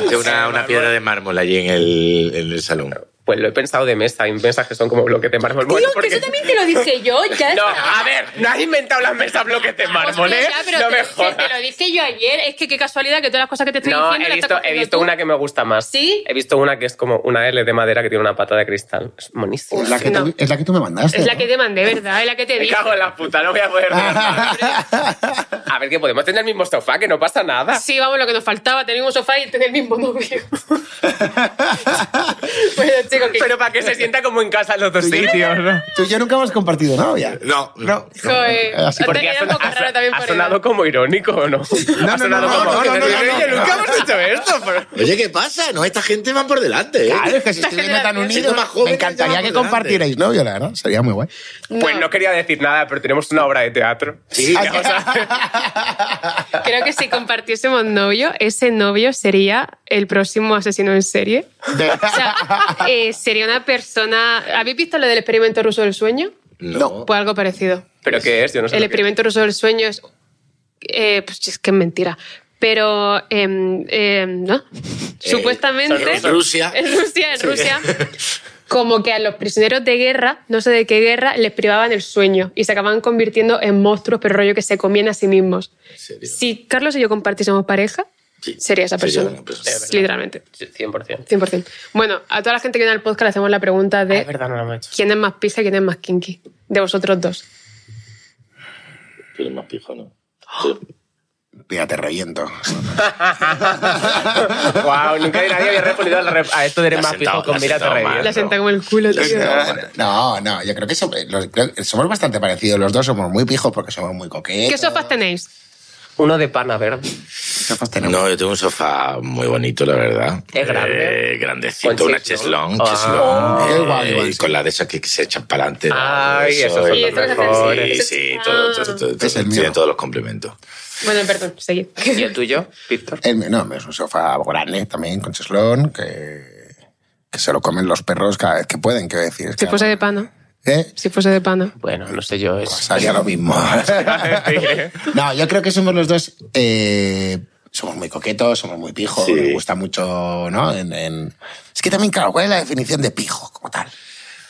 Tengo una, una piedra de mármol allí en el, en el salón. Pues lo he pensado de mesa, hay mesas que son como bloques de mármol. Bueno, Tío, que porque- eso también te lo dije yo. Ya No, está. a ver, no has inventado las mesas bloques de mármol, Hostia, ¿eh? ya, pero No te, me te- jodas. te lo dije yo ayer. Es que qué casualidad que todas las cosas que te estoy No, diciendo he las estás visto, he cogiendo visto tú. una que me gusta más. ¿Sí? He visto una que es como una L de madera que tiene una pata de cristal. Es buenísimo. Es la, que No. tú, es la que tú me mandaste. Es la ¿no? que te mandé, ¿verdad? Es la que te Me dije. cago en la puta, no voy a poder. (laughs) A ver, que podemos tener el mismo sofá, que no pasa nada. Sí, vamos, lo que nos faltaba, tener un sofá y tener el mismo novio. (laughs) bueno, chicos, que... Pero para que se sienta como en casa en los dos sitios, ¿no? (laughs) Tú y yo nunca hemos compartido novia. No, no. Joder, Así te porque ha, queda un son- poco ha- raro también ha por sonado edad. como irónico o no. No, no, ha sonado no, como. no, no, no, no, "Oye, no". nunca hemos hecho esto. pero- Oye, ¿qué pasa? No, esta gente van por delante, ¿eh? Claro, es que si estuviéramos tan generación. unidos, Siendo más jóvenes, me encantaría ya que vamos adelante. compartierais novio, la verdad. Sería muy guay. Pues no quería decir nada, pero tenemos una obra de teatro. (laughs) Sí, Ya, o sea, Creo que si compartiésemos novio, ese novio sería el próximo asesino en serie. O (laughs) sea, eh, sería una persona... ¿Habéis visto lo del experimento ruso del sueño? No. Pues algo parecido. ¿Pero qué es? Yo no sé. El lo que experimento ruso del sueño es. eh, pues es que es mentira. Pero. em, em, ¿No? Supuestamente. Eh, en Rusia. En Rusia, en Rusia. (laughs) Como que a los prisioneros de guerra, no sé de qué guerra, les privaban el sueño y se acababan convirtiendo en monstruos, pero rollo que se comían a sí mismos. ¿En serio? Si Carlos y yo compartiésemos pareja, Sí. pues, sería esa Sería persona. una persona. Es verdad. Literalmente. es. 100%. 100%. Bueno, a toda la gente que viene al podcast le hacemos la pregunta Es de verdad, no lo hemos hecho. quién es más pija y quién es más kinky. De vosotros dos. Tú eres más pijo, ¿no? Mira, te reviento. Wow, nunca nadie había respondido a, la re- a esto de eres La más fijo sentado, con la mira te sentado reír. mal. La senta como el culo, tío. No, no, yo creo que somos, los- creo que somos bastante parecidos. Los dos somos muy pijos porque somos muy ¿Qué coquetos. sofás tenéis? Uno de pana verde. Sofás tenemos. (gasps) No, yo tengo un sofá muy bonito, la verdad. ¿Es grande? Eh, grandecito, ¿Con una cheslón? cheslón. Ah. cheslón, Qué eh, guay, guay, y sí. con la de esas que que se echan para adelante. Ay, eso, esos son y los eso que se- mejores. Sí, sí, Ah. todo, todo, todo, todo, Es el mío. tiene todos los complementos. Bueno, perdón, seguid. ¿Y el tuyo, Víctor? El- no, es un sofá grande también, con cheslón, que, que se lo comen los perros cada vez que pueden, quiero decir. Es Si que- fuese de pana. ¿Eh? Si fuese de pana. Bueno, no sé yo. Es... (laughs) (laughs) Pasaría lo mismo. No, yo creo que somos los dos eh, somos muy coquetos, somos muy pijos, Sí. nos gusta mucho, ¿no? En- en- Es que también, claro, ¿cuál es la definición de pijo como tal?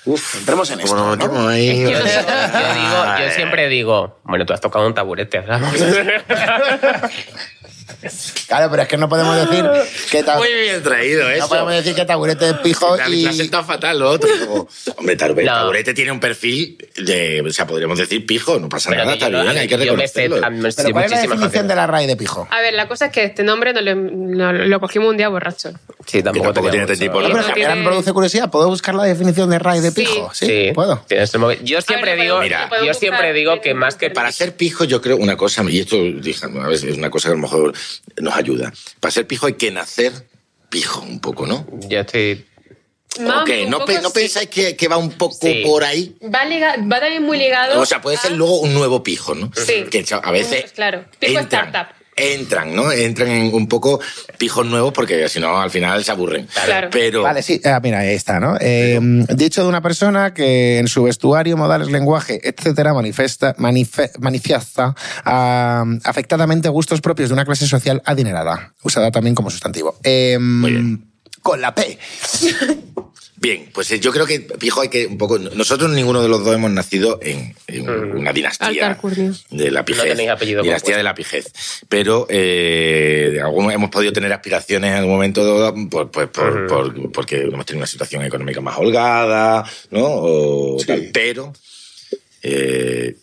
Uf, entremos en esto, Como nos ¿no? metemos ahí. Yo, digo- yo digo- yo siempre digo, bueno, tú has tocado un taburete, ¿verdad? Claro, pero es que no podemos decir que ta- Ah. Muy bien traído eso. no podemos decir que taburete es pijo La y... clase está fatal, lo otro. Digo, (laughs) Hombre, Taburete, No. Taburete tiene un perfil de, o sea, podríamos decir pijo, no pasa Pero nada, que yo está bien, no- hay que yo me sé- reconocerlo. a mí me sé Pero ¿cuál es la muchísimas definición de canciones. la RAI de pijo? A ver, la cosa es que este nombre no le- no- lo cogimos un día borracho. Sí, tampoco, tampoco tenía tiene este mucho. No, tipo, ¿no? pero que ahora me tiene- produce curiosidad. ¿Puedo buscar la definición de RAI de Sí. pijo? Sí, Sí, puedo. tienes el móvil. Yo siempre lo digo, podemos- Mira, lo podemos yo siempre Ah, buscar digo en que más que internet. para Para ser pijo, yo creo una cosa, y esto dije, a veces es una cosa que a lo mejor nos ayuda. Para ser pijo hay que nacer pijo un poco, ¿no? yo estoy Más ¿O qué? un ¿No, poco pe- no sí. pensáis que, que va un poco Sí. por ahí? Va, liga- va también muy ligado. O sea, puede ser a- luego un nuevo pijo, ¿no? Ah. Sí. Que a veces. Un- claro, pijo startup. Entran, ¿no? Entran en un poco pijos nuevos porque si no, al final se aburren. Claro. Pero. Vale, sí. Ah, mira, ahí está, ¿no? Eh, dicho de una persona que en su vestuario, modales, lenguaje, etcétera, manifiesta, manife- manifiesta ah, afectadamente gustos propios de una clase social adinerada, usada también como sustantivo. Eh, bien. Con la P. Bien, pues eh, yo creo que pijo hay que un poco. Nosotros ninguno de los dos hemos nacido en, en una dinastía Alcalcurnia. de la pijez. Mm. tenéis apellido Dinastía compuesto. de la pijez. Pero eh, de algún- hemos podido tener aspiraciones en algún momento dado por, pues, por- por- por- porque hemos tenido una situación económica más holgada, ¿no? O tal. Pero eh,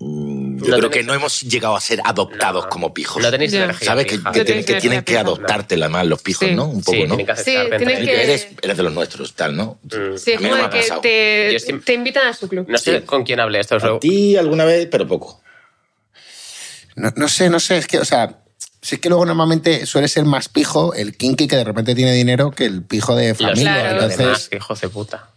mm, yo No creo tenéis- que no hemos llegado a ser adoptados como pijos. no tenéis Ya. energía. Sabes que, fija. que No tienen- tenéis que tienen que energía fija. adoptártela más los pijos, Sí. ¿no? Sí, Un poco, ¿no? tienen que aceptar Sí, dentro tienen de- que- Eres, eres de los nuestros, tal, ¿no? Sí, A es mí como no me de ha que pasado. te, Yo siempre- te invitan a su club. No sé Sí. con quién hablé esto. A solo- ti alguna vez, pero poco. No, no sé, no sé, es que, o sea, si es que luego normalmente suele ser más pijo el kinky que de repente tiene dinero que el pijo de Lo familia. sé, Claro. Entonces, además, hijos de puta.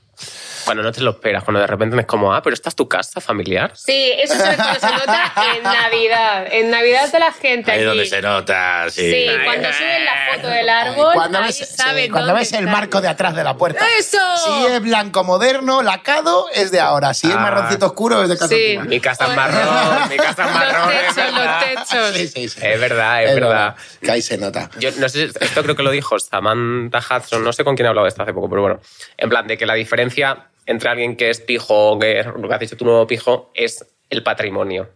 Cuando no te lo esperas, cuando de repente es como, ah, pero esta es tu casa familiar. Sí, eso sobre todo se nota en Navidad. En Navidad de la gente Ahí aquí. es donde se nota, sí. Sí, Ahí. cuando suben la foto del árbol, cuando ahí ves, saben sí, cuando dónde ves el está. marco de atrás de la puerta. ¡Eso! Si es blanco moderno, lacado, es de ahora. Si es Ah. marroncito oscuro, es de casa Sí. antigua. Ah, Mi casa es Oye. marrón, mi casa es marrón. (laughs) Los es techos, los verdad. techos. Sí, sí, sí. Es verdad, es, verdad. Que ahí se nota. Yo no sé, esto creo que lo dijo Samantha Hudson, no sé con quién he hablado de esto hace poco, pero bueno. En plan, de que la diferencia entre alguien que es pijo o que es lo que has dicho tu nuevo pijo es el patrimonio.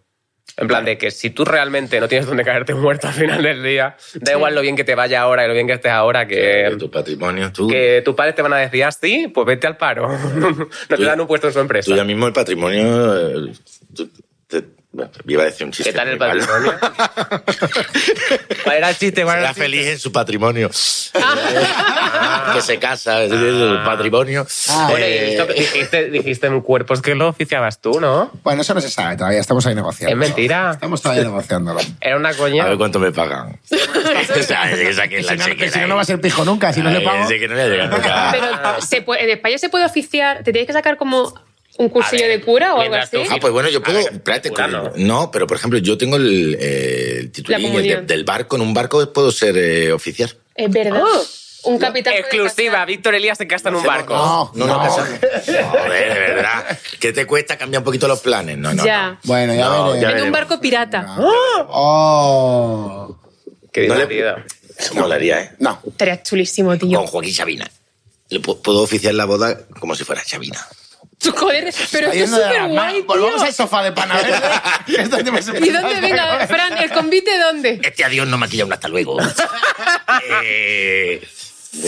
En plan, de que si tú realmente no tienes donde caerte muerto al final del día, da igual lo bien que te vaya ahora y lo bien que estés ahora, Que que, tu patrimonio, tú. que tus padres te van a decir así, pues vete al paro. (laughs) no te dan un puesto en su empresa. Tú ya mismo el patrimonio. eh, tú- te- bueno, iba a decir un chiste. ¿Qué tal el muy malo. patrimonio? ¿Cuál era el chiste? ¿Cuál era (laughs) Será el chiste? feliz en su patrimonio. (laughs) que se casa, es decir, el patrimonio. Ah, Bueno, y Eh, esto que dijiste, dijiste en cuerpos que lo oficiabas tú, ¿no? Bueno, eso no se sabe todavía. Estamos ahí negociando. Es mentira. Estamos todavía negociándolo. Era una a ver coña. cuánto (laughs) me pagan. (laughs) o sea, esa que es la Si no, que chequera si no, ahí. no va a ser pijo nunca. Si no le Ay, pago. ese que no le ha llegado nunca. (laughs) Ah. Pero se puede- en España se puede oficiar, te tienes que sacar como un cursillo A ver, de cura o algo mientras tú así. Ah, pues bueno, yo A puedo. ver, espérate, cura con- no. no. pero por ejemplo, yo tengo el, eh, el La titulín el de- comunión. del barco. En un barco puedo ser eh, oficial. Es verdad. Oh. Un capitán. puede Exclusiva, casar. Víctor Elías se casa en un Hacemos- barco. No, No, no, no. que se- Joder, de verdad. ¿Qué te cuesta cambiar un poquito los planes? No, no. Ya. Bueno, ya No, veré. ya En un veremos. barco pirata. Oh. Qué No le- divertido. no. Molaría, ¿eh? No. Estaría chulísimo, tío. Con Joaquín Sabina. Le pu- puedo oficiar la boda como si fuera Sabina. (laughs) Joder, pero esto es Saliendo de súper las guay, manos. Volvamos al tío. sofá de pana verde. (laughs) (laughs) Esto tiene que ser- ¿Y dónde venga, Fran? ¿El convite dónde? (laughs) Este adiós no maquilla un hasta (laughs) luego. Eh,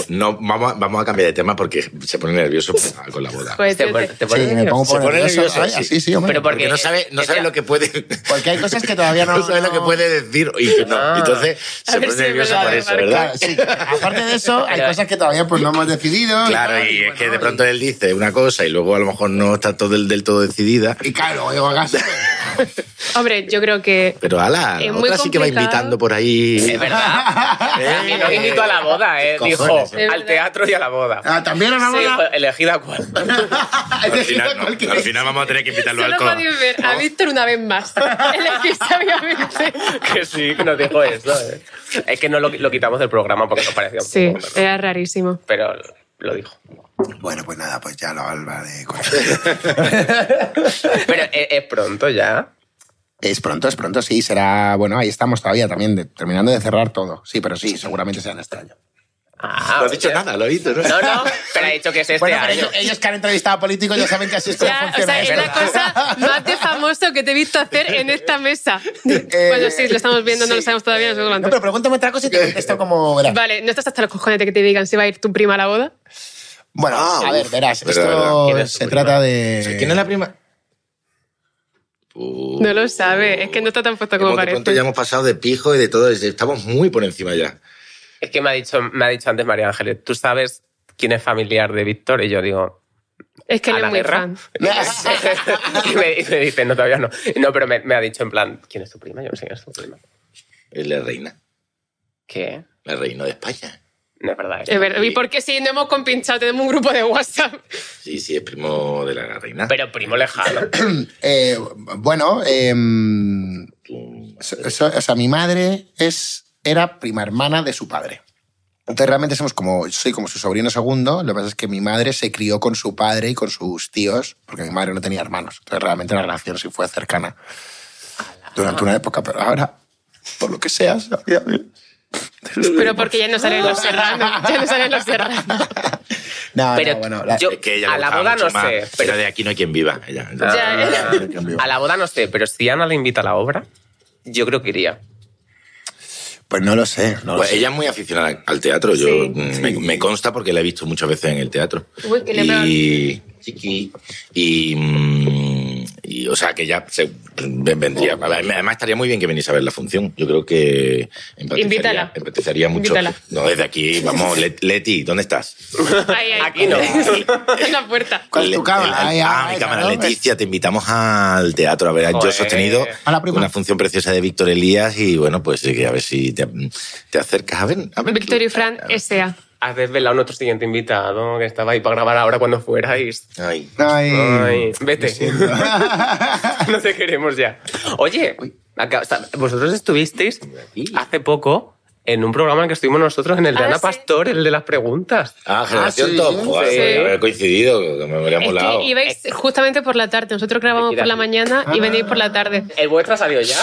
no, vamos a, vamos a cambiar de tema porque se pone nervioso con la boda. Joder, Te tío, pon- Pues te- te Sí, pones me pongo nervioso. Se por pone nervioso, Ay, sí. así, sí, hombre. Pero por- Porque, no sabe, no sabe lo que puede. Porque hay cosas que todavía (laughs) no. No sabe lo que puede decir. Y que no. Entonces A se ver pone si es nervioso verdad, por me eso, marca. ¿verdad? Claro, sí. Aparte de eso, hay Pero- cosas que todavía pues, no hemos decidido. Claro, y es que de pronto él dice una cosa y luego a lo mejor no está todo del, del todo decidida. Y claro, digo, hagas. (laughs) Hombre, yo creo que. Pero ala, Es la muy otra sí que va complicado. invitando por ahí. Es (laughs) verdad. A mí no invitó a la boda, eh. Cojones, Dijo es verdad. al teatro y a la boda. (laughs) Ah, también a la Sí, boda. (laughs) fue elegida cuál. (laughs) Al final, no, al final vamos a tener que invitarlo al Solo alcohol. podéis ver a Víctor una vez más. (laughs) Elegí sabiamente. (laughs) (laughs) que sí, que nos dijo eso. eh. Es que no lo, lo quitamos del programa porque nos parecía un Sí, poco, pero- era rarísimo. pero lo dijo. Bueno, pues nada, pues (laughs) ya lo hablaré con Pero es, es pronto eh, ya. Es pronto, es pronto, sí. Será. Bueno, ahí estamos todavía también, de- terminando de cerrar todo. Sí, pero sí, seguramente sea en este año. Ah, no has dicho oye. nada, lo he oído, ¿no? No, (laughs) no, pero ha dicho que es este Bueno, pero año. eh, ellos, ellos que han entrevistado a políticos ya saben que así es como Ya, o funciona sea, es esto. la cosa más de famoso que te he visto hacer en esta mesa. Eh, bueno, sí, lo estamos viendo, no lo sí. sabemos todavía, no sé No, cuánto. pero pregúntame otra cosa y te contesto como verás. Vale, ¿no estás hasta los cojones de que te digan si va a ir tu prima a la boda? Bueno, Ah, a ver, uf, verás. verdad, esto verdad. ¿Quién es tu se prima? trata O sea, de. ¿Quién es la prima? Uh, No lo sabe, es que no está tan puesto como hemos- de parece. pronto ya hemos pasado de pijo y de todo, y estamos muy por encima ya. Es que me ha dicho, me ha dicho antes María Ángeles, ¿tú sabes quién es familiar de Víctor? Y yo (laughs) digo, Es que ¿A él la es muy guerra? fan. (laughs) y me, y me dice, no, todavía no. No, pero me, me ha dicho en plan, ¿quién es tu prima? Yo no sé quién es tu prima. Es la reina, ¿Qué? la reina de España. No es verdad. ¿eh? Es verdad. ¿Y Sí. por qué si no hemos compinchado? Tenemos un grupo de WhatsApp. Sí, sí, es primo de la reina. Pero primo lejano. Eh, bueno, em, Tú- so- so- o sea, mi madre es, era prima hermana de su padre. Entonces realmente somos como, soy como su sobrino segundo, lo que pasa es que mi madre se crió con su padre y con sus tíos, porque mi madre no tenía hermanos. Entonces realmente la relación sí fue cercana durante una época, pero ahora, por lo que sea, se hacía bien. Pero porque ya no salen los serranos. Ya no salen los serranos. No, Pero no, bueno, la- yo- Es que ella le a la gustaba boda mucho no más. sé, pero- Era de aquí no hay quien viva. Ella. (laughs) Ya, eh. Ah. en vivo. A la boda no sé, pero si Ana le invita a la obra, yo creo que iría. pues no lo sé. no lo Pues sé. ella es muy aficionada al teatro. Yo Sí. mm, me, me consta porque la he visto muchas veces en el teatro. Uy, que le y, chiqui. y, mm, y, o sea que ya se ven- vendría. Además estaría muy bien que viniese a ver la función. Yo creo que empatizaría, Invítala. empatizaría mucho. Invítala. No desde (laughs) aquí, vamos, Let- Leti, ¿dónde estás? Ahí, ahí. Aquí no. En la puerta. ¿Cuál es tu Le- cámara? el- el- Ahí, ah, ahí, mi cámara, ¿no? Leticia, te invitamos al teatro. A ver, yo he Joder. sostenido A la prima. una función preciosa de Víctor Elías y bueno, pues sí, que a ver si te, te acercas. A ver, a ver. tú. Victorio Fran S.A. (laughs) Has desvelado nuestro siguiente invitado que estaba ahí para grabar ahora cuando fuerais. Ay. Ay. Ay, vete. (laughs) no te queremos ya. Oye, acá- o sea, vosotros estuvisteis hace poco en un programa en que estuvimos nosotros en el de Ah, Ana sí. Pastor, el de las preguntas. Ah, Generación sí, Top. Joder, sí. podría haber coincidido, que me hubiera Es molado. que ibais justamente por la tarde. Nosotros grabamos por la mañana y venís por la tarde. ¿El vuestro ha salido ya?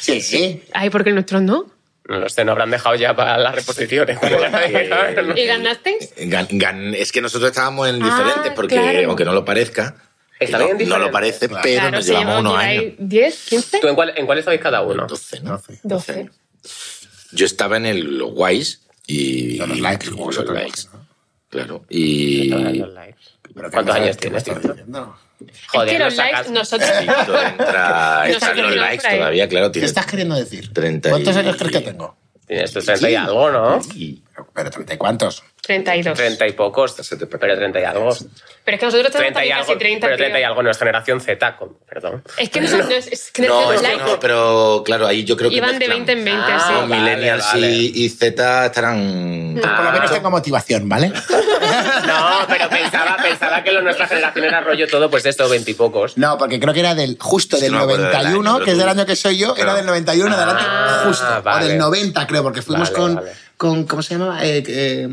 Sí, sí. Ay, porque nuestros no. No lo sé, no habrán dejado ya para las reposiciones. (laughs) ¿Y ganasteis? Eh, Gan- gan- es que nosotros estábamos en diferentes, Ah, porque claro. aunque no lo parezca, que Está bien no, no diferente. lo parece, Claro. pero nos si llevamos unos lleváis años. 10, 15, ¿Tú en, cuál- en cuáles sois cada uno? 12, ¿no? 12. 12. Yo estaba en el Los Guays y. Yo los likes, como y los vosotros, likes, ¿no? Claro. Y. Pero ¿qué ¿Cuántos me- años qué me tienes? estás diciendo? es que no los likes, sacas- nosotros. Víctor entra. (laughs) Nosotros están los no likes traemos. todavía, claro. ¿Qué Tiene estás queriendo decir? 30 y- ¿Cuántos años crees que tengo? Tienes tus 30 y algo, ¿no? Y- Pero treinta y cuántos. 32. 30 y pocos, Se te pero 30 y algo. Pero es que nosotros tenemos 30 y también algo, casi 30. pero 30 y creo. algo no es generación Z, con- perdón. Es que nosotros no es, es que No, nosotros es que like, (laughs) no, pero claro, ahí yo creo que. iban de mezclan. 20 en 20. Ah, sí. Los vale, millennials y- vale. y, Z estarán. Por lo Ah. menos tengo motivación, ¿vale? No, pero pensaba, pensaba que lo de nuestra generación era rollo todo, pues esto, veintipocos. No, porque creo que era del justo Es que del no me acuerdo del año, 91, pero que es del tú- año que soy yo, Claro. era del 91, adelante, Ah, justo. vale. O del 90, creo, porque fuimos Vale, con, vale. con. ¿Cómo se llamaba? Eh, eh,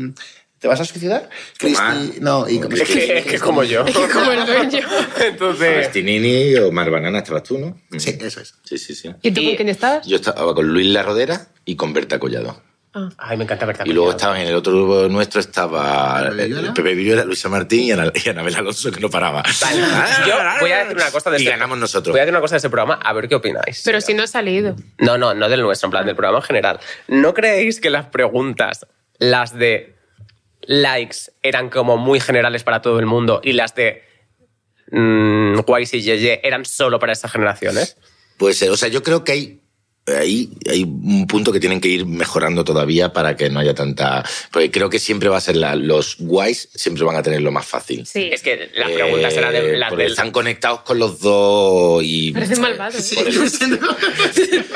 ¿Te vas a suicidar? Cristi. No, y. Es que, es (laughs) que como yo. Como el dueño. (laughs) Entonces, Cristinini o Mar Banana estabas tú, ¿no? Sí, eso es. Sí, sí, sí. ¿Y tú con quién estabas? Yo estaba con Luis La Rodera y con Berta Collado. ay, me encanta verte. Y luego acompañado. estaba en el otro grupo nuestro estaba ¿Pepe Villuela? el Pepe Villuela, Luisa Martín y, Ana, y Anabel Alonso que no paraba. Yo voy a decir una cosa de Y este- ganamos nosotros. Voy a decir una cosa de este programa, a ver qué opináis. Pero si no ha salido. No, no, no del nuestro, en plan del programa en general. ¿No creéis que las preguntas, las de likes, eran como muy generales para todo el mundo y las de mm, guays y yeye eran solo para esas generaciones? Pues, eh, o sea, yo creo que hay, hay, hay un punto que tienen que ir mejorando todavía para que no haya tanta... Porque creo que siempre va a ser la, los guays, siempre van a tener lo más fácil. Sí. Es que las preguntas Eh, eran de, las porque del... están conectados con los dos y... Parecen malvados. ¿eh? Por el-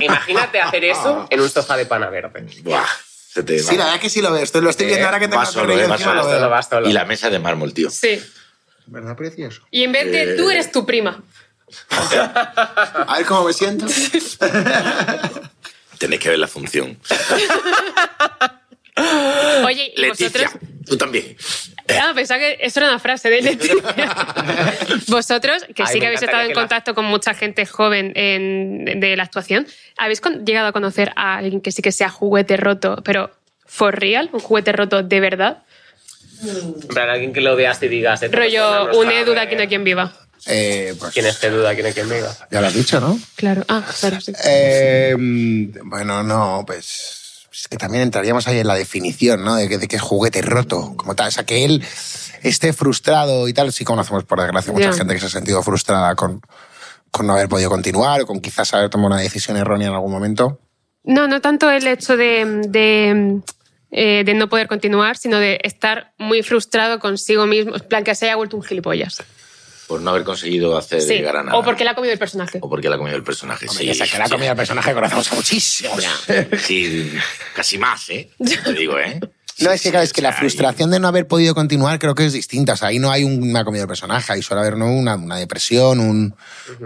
Imagínate hacer eso en un sofá de pana verde. Buah, se te Sí, la verdad es que sí lo veo. Estoy, lo estoy viendo ahora que tengo va más solo, eh, va encima solo. lo Solo veo. vas solo. Y la mesa de mármol, tío. Sí. ¿Verdad, precioso? Y en vez de Eh. tú eres tu prima. A ver cómo me siento. Tenéis que ver la Eh, función. Oye, ¿y Leticia, vosotros? tú también. Ah, pensaba que eso era una frase de Leticia. (laughs) Vosotros, que Ay, sí me que habéis encantaría estado en que la- contacto con mucha gente joven en- de la actuación, ¿habéis con- llegado a conocer a alguien que sí que sea juguete roto, pero for real, un juguete roto de verdad? En plan, alguien que lo veas y digas. esta persona Rollo, no un sabe Edu de Aquí no hay quien viva. Eh, pues, ¿Quién es que duda? ¿Quién es quien viva? Ya lo has dicho, ¿no? Claro, ah, claro, sí. Eh, bueno, no, pues es que también entraríamos ahí en la definición, ¿no? De que, de que es juguete roto, como tal. O sea, que él esté frustrado y tal. Sí conocemos, por desgracia, mucha Ya. gente que se ha sentido frustrada con, con no haber podido continuar o con quizás haber tomado una decisión errónea en algún momento. No, no tanto el hecho de, de, eh, de no poder continuar, sino de estar muy frustrado consigo mismo, en plan que se haya vuelto un gilipollas. Por no haber conseguido hacer Sí, llegar a nada. o porque le ha comido el personaje. O porque la ha comido el personaje. Hombre, sí, que se que la hostia. comida al personaje conocemos a muchísimos. (laughs) Sí, casi más, ¿eh? Te digo, ¿eh? No, es que, claro, es que la Ahí. frustración de no haber podido continuar creo que es distinta. O sea, ahí no hay una comida del personaje, ahí suele haber ¿no? una, una depresión, un,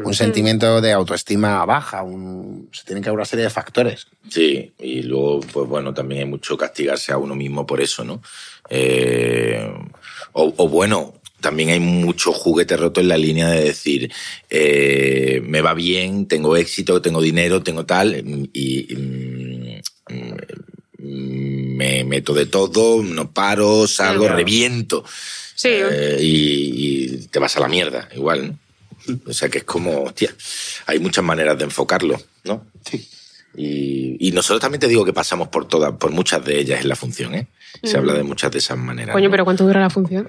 un sentimiento de autoestima baja, un, se tienen que haber una serie de (laughs) factores. Sí, y luego, pues bueno, también hay mucho castigarse a uno mismo por eso, ¿no? Eh, o, o bueno, también hay mucho juguete roto en la línea de decir, eh, me va bien, tengo éxito, tengo dinero, tengo tal, y mm, mm, me meto de todo, no paro, salgo, Claro. reviento. Sí. Eh, y, y te vas a la mierda, igual, ¿no? Mm. O sea que es como, hostia, hay muchas maneras de enfocarlo, ¿no? Sí. Y, y nosotros también te digo que pasamos por todas, por muchas de ellas en la función, ¿eh? Se Mm. habla de muchas de esas maneras. Coño, ¿no? pero ¿cuánto dura la función?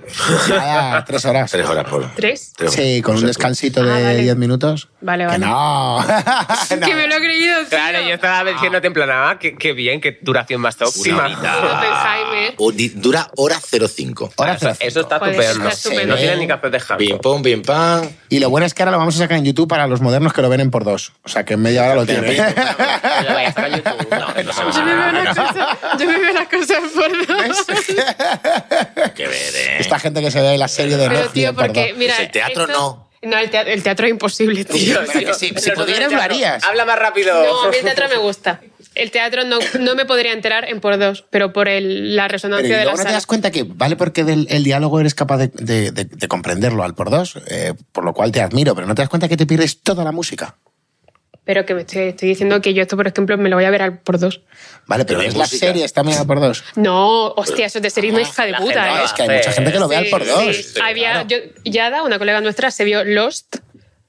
Nada, tres horas. Tres horas por. ¿Tres? tres horas. Sí, con O un sea, descansito Ah, de vale. 10 minutos. Vale, Que vale. no. No. (laughs) Que me lo he creído. tío. Claro, yo estaba diciéndote en plan, ah, qué, qué bien, qué duración más óptima. horita. Oppenheimer. o di- dura hora 05. Hora Eso, cero. eso está Joder, estupendo. Pues está estupendo. No tiene ni que hacer de Hancock. Bien pom, bien pam. Y lo bueno es que ahora lo vamos a sacar en YouTube para los modernos que lo ven en por dos. O sea, que en media hora lo Bien, tienen. bien, pom, pam. No lo vayas a sacar en YouTube. No, que no se Yo (laughs) me veo va. las cosas, yo me veo las cosas (laughs) por dos. Que ver, ¿eh? (laughs) Esta gente que se ve la serie de Pero Netflix tío, en por porque dos. mira, Pues el teatro esto- No, el teatro, el teatro es imposible, tío. Pero que si- si pudieras, lo harías. Habla más rápido. No, a mí el teatro me gusta. El teatro no, no me podría enterar en por dos, pero por el- la Pero y resonancia de luego la no te sala. das cuenta que vale porque del, el diálogo eres capaz de, de- de- de comprenderlo al por dos, eh, por lo cual te admiro, pero no te das cuenta que te pierdes toda la música. Pero que me estoy, estoy diciendo que yo esto, por ejemplo, me lo voy a ver al por dos. Vale, pero Pero hay ves las música. series también al por dos. No, hostia, eso es de ser una hija de Ah, la puta, gente ¿eh? No, es que hay mucha gente que lo ve Sí, al por dos. sí. Había, yo, Yada, una colega nuestra, se vio Lost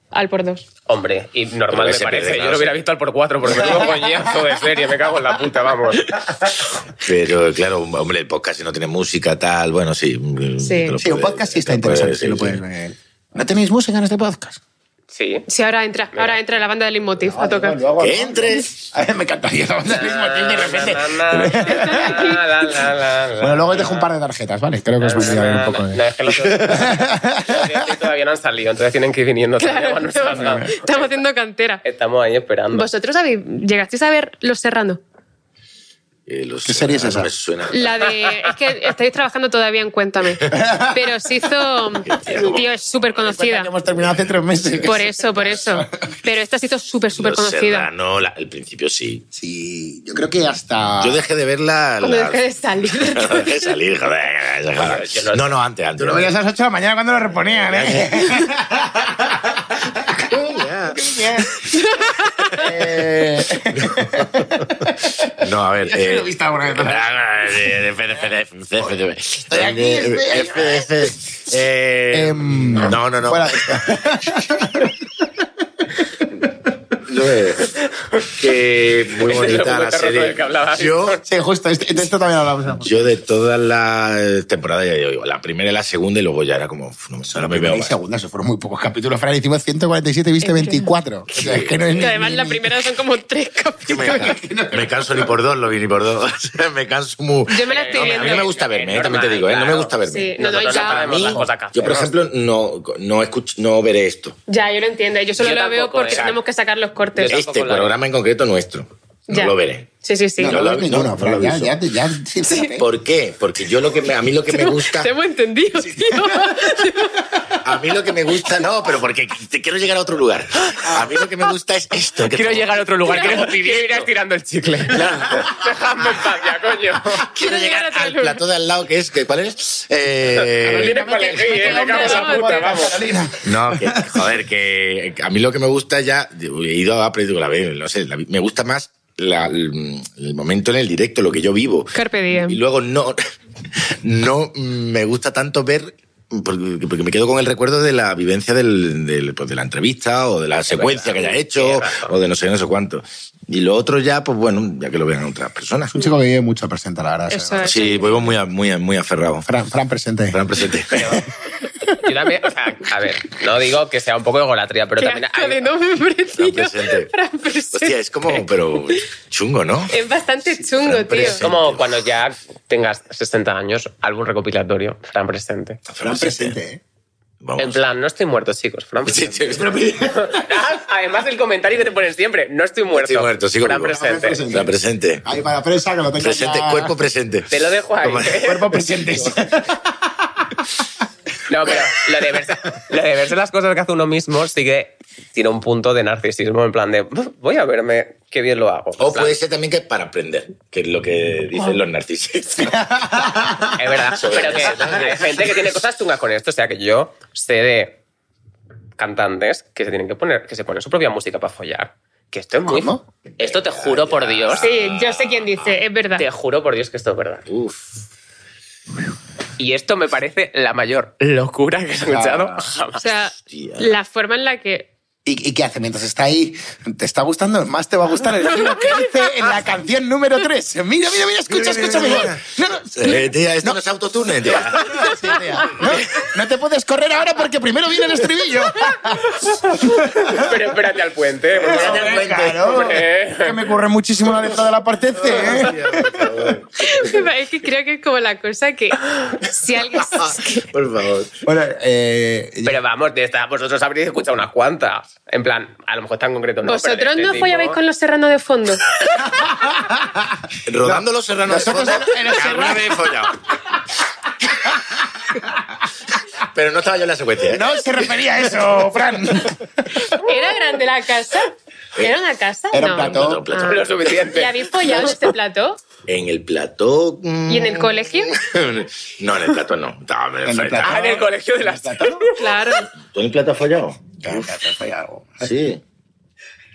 al por dos. Hombre, y Pero normal que me se parece. pierde, Yo claro, lo hubiera sí. visto al por cuatro porque es un coñazo de serie. Me cago en la puta, vamos. Pero claro, hombre, el podcast si no tiene música, tal, bueno, sí. mm, Sí. te lo Sí, un puedes- podcast sí está te lo puedes- interesante, sí, Pues sí, lo sí. puedes ver. ¿No tenéis música en este podcast? Sí. Sí, ahora entra, ahora entra la banda de Pues Leitmotiv a tocar. Que entres. A ver, me encantaría la banda del mismo tiempo de repente. Na, na, na, la, la, la, la. Bueno, luego os dejo un par de tarjetas, ¿vale? Creo que os voy a Na, dar un na, poco na. No, de... es que (laughs) los los otros todavía no han salido, entonces tienen que ir viniendo. todavía Claro, Pues, cuando salgan. estamos, estamos haciendo cantera. Estamos ahí esperando. ¿Vosotros habéis- llegasteis a ver Los Serrano? Eh, los- ¿Qué serie es no esa? me suena. La de. Es que estáis trabajando todavía en Cuéntame. Pero se hizo. Tío, es súper Cuenta conocida. que hemos terminado hace tres meses. Por eso, por eso. Pero esta se hizo súper, súper Los conocida. Serrano, la- el principio sí. Sí, yo creo que hasta... Yo dejé de verla. Cuando la- dejé (laughs) de salir. Cuando dejé de salir, joder. joder. yo no- No, no, antes, antes. Tú lo veías a las 8 de la mañana cuando lo reponían, ¿eh? Eh, No, a (laughs) ver. lo eh, he visto alguna (laughs) vez. eh, F, F, F, F, F, F. Eh, Estoy aquí, estoy aquí. F, F. Eh, Em, No, no, no. fuera de- No, eh, Que Este muy es el bonita la juguete roto serie. del que hablabas. Yo Sí, justo, este- de esto también hablamos. Yo de todas las temporadas, ya digo, la primera y la segunda, y luego ya era como, "Uf, no, no me veo Primera y más. segunda, eso fueron muy pocos capítulos. Fran, hicimos 147, viste 24. O sea, es que no es ni- Que además la ni- primera son como tres Que capítulos. me, me canso ni por dos, lo vi ni por dos. (laughs) O sea, me canso muy... Yo me la estoy No, a mí no me viendo. gusta verme, eh, también te Normal, digo, eh, no me claro. gusta verme. Sí, no, no, Nosotros ya. Para mí, sabemos las cosas que yo por hacemos. ejemplo no, no, escucho, no veré esto. Ya, yo lo entiendo. Yo solo Yo lo veo tampoco, porque eh. tenemos que sacar los cortes. Yo Este tampoco lo haré. programa en concreto nuestro. No Ya. lo veré. Sí, sí, sí. No, No no, lo- ves ninguna, no, no Fran, lo ya, hizo. ya, ya, sí, fíjate. ¿Por qué? Porque yo lo que me- a mí lo que me gusta, Te hemos entendido, tío. a mí lo que me gusta, no, pero porque te quiero llegar a otro lugar. A mí lo que me gusta es esto. que Quiero tengo- llegar a otro lugar, quiero, quiero ir estirando el chicle. Claro. Dejadme en paz ya, coño. Quiero llegar a otro al lugar. plató de al lado, que es, que, ¿cuál es? (laughs) Eh, Tienes para elegir, ¿eh? Venga, Venga, esa vamos, puta, venga. vamos. No, que, joder, que a mí lo que me gusta ya, he ido a película, no sé, la- me gusta más la- el, el momento en el directo, lo que yo vivo. Carpe diem. Y luego no, (laughs) no me gusta tanto ver, porque, porque me quedo con el recuerdo de la vivencia del, del- pues, de la entrevista o de la secuencia que verdad. haya Tienes hecho razón. o de no sé, no sé cuánto. Y lo otro ya, pues bueno, ya que lo vean otras personas. Es un chico que vive mucho presente, la verdad. Eso se ve. es. Sí, vuelvo muy, a- muy, a- muy aferrado. Fran, Fran presente. Fran presente. Yo también, o sea, a ver, no digo que sea un poco egolatría, pero Qué también... asco de nombre, tío. presente. Fran presente. (laughs) Hostia, es como, pero chungo, ¿no? Es bastante chungo, Fran tío. Es como cuando ya tengas 60 años, álbum recopilatorio, Fran presente. Fran presente, ¿eh? Vamos. En plan, no estoy muerto, chicos, Fran (laughs) Sí, presente. sí, Fran presente. (laughs) Además del comentario que te ponen siempre, no estoy muerto. Estoy muerto, sigo Fran vivo. presente. (laughs) Fran Fran presente. Ahí para la prensa, que lo tengo Presente, ya- cuerpo presente. Te lo dejo ahí. Como- Cuerpo presente. (laughs) No, pero lo de, verse, lo de verse las cosas que hace uno mismo sí que tiene un punto de narcisismo en plan de voy a verme qué bien lo hago. O En plan, puede ser también que es para aprender, que es lo que dicen los narcisistas. Es verdad, pero que hay gente que tiene cosas chungas con esto. O sea, que yo sé de cantantes que se tienen que poner, que se ponen su propia música para follar. Que esto es muy. ¿Cómo? Esto te juro por Dios. Sí, yo sé quién dice, es (laughs) verdad. Te juro por Dios que esto es verdad. Uf. Y esto me parece la mayor locura que he escuchado Ah. O jamás. sea, Hostia. la forma en la que (laughs) ¿Y, y qué hace mientras está ahí? ¿Te está gustando? Más te va a gustar el giro que dice en la canción número 3. Mira, mira, mira, escucha, Mira, mira, escucha. mira. mira. No, no, (laughs) Eh, tía, esto no, es autotune, tía. (laughs) sí, tía. No, no te puedes correr ahora porque primero viene el estribillo. Pero espérate al puente. por favor. Espérate al puente. Claro, Hombre. que me ocurre muchísimo la letra de la parte C. ¿eh? es que creo que es como la cosa que si alguien Por favor. Bueno, eh, ya- Pero vamos, de esta, vosotros habréis escuchado unas cuantas. En plan, a lo mejor tan concreto no. pero de vosotros este no tipo- follabais con los serranos de fondo. Rodando los serranos Nosotros de fondo, en- en los alguna vez he follado. Pero no estaba yo en la secuencia, ¿eh? no se refería a eso, Fran. ¿Era grande la casa? ¿Era una casa? Era un no. plató. No, plató. Ah. Lo suficiente. (laughs) ¿Y habéis follado en este plató? En el plató. mm, (laughs) ¿Y en el colegio? no, en el plató no. No, me En el plató. Ah, en el colegio de las. Claro. Ah, ¿Tú en el plató has follado? Claro, claro, fue algo. Sí.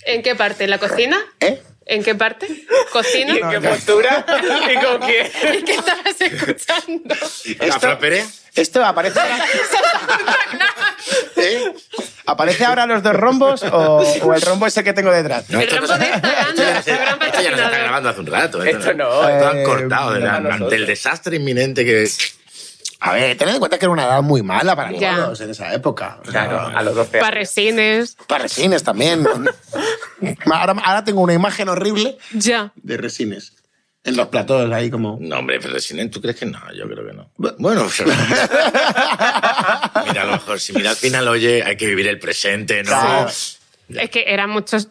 ¿En qué parte? ¿En la cocina? ¿Eh? ¿En qué parte? (laughs) ¿Y ¿Cocina? en qué (laughs) postura? ¿Y con quién? ¿Y ¿Qué estabas escuchando? ¿La Fran Pérez? Esto aparece (laughs) ahora. ¿Eh? ¿Aparece ahora los dos rombos o, o el rombo ese que tengo detrás? No, El esto no rombo se- de Instagram, (laughs) esto ya no se- el gran esto ya no se está patrocinador. grabando hace un rato. Esto no. Esto han Eh, cortado de la- no, no, del desastre inminente que. A ver, tened en cuenta que era una edad muy mala para Ya. todos en esa época. O sea, Claro, a los 12 años. Parresines. Para resines también. (laughs) ahora, ahora tengo una imagen horrible Ya. de resines. En los platos ahí como... No, hombre, pero Resinen, ¿tú crees que no? Yo creo que no. Bu- Bueno, (laughs) mira, a lo mejor, si mira al final, oye, hay que vivir el presente, ¿no? Claro. Es que eran muchas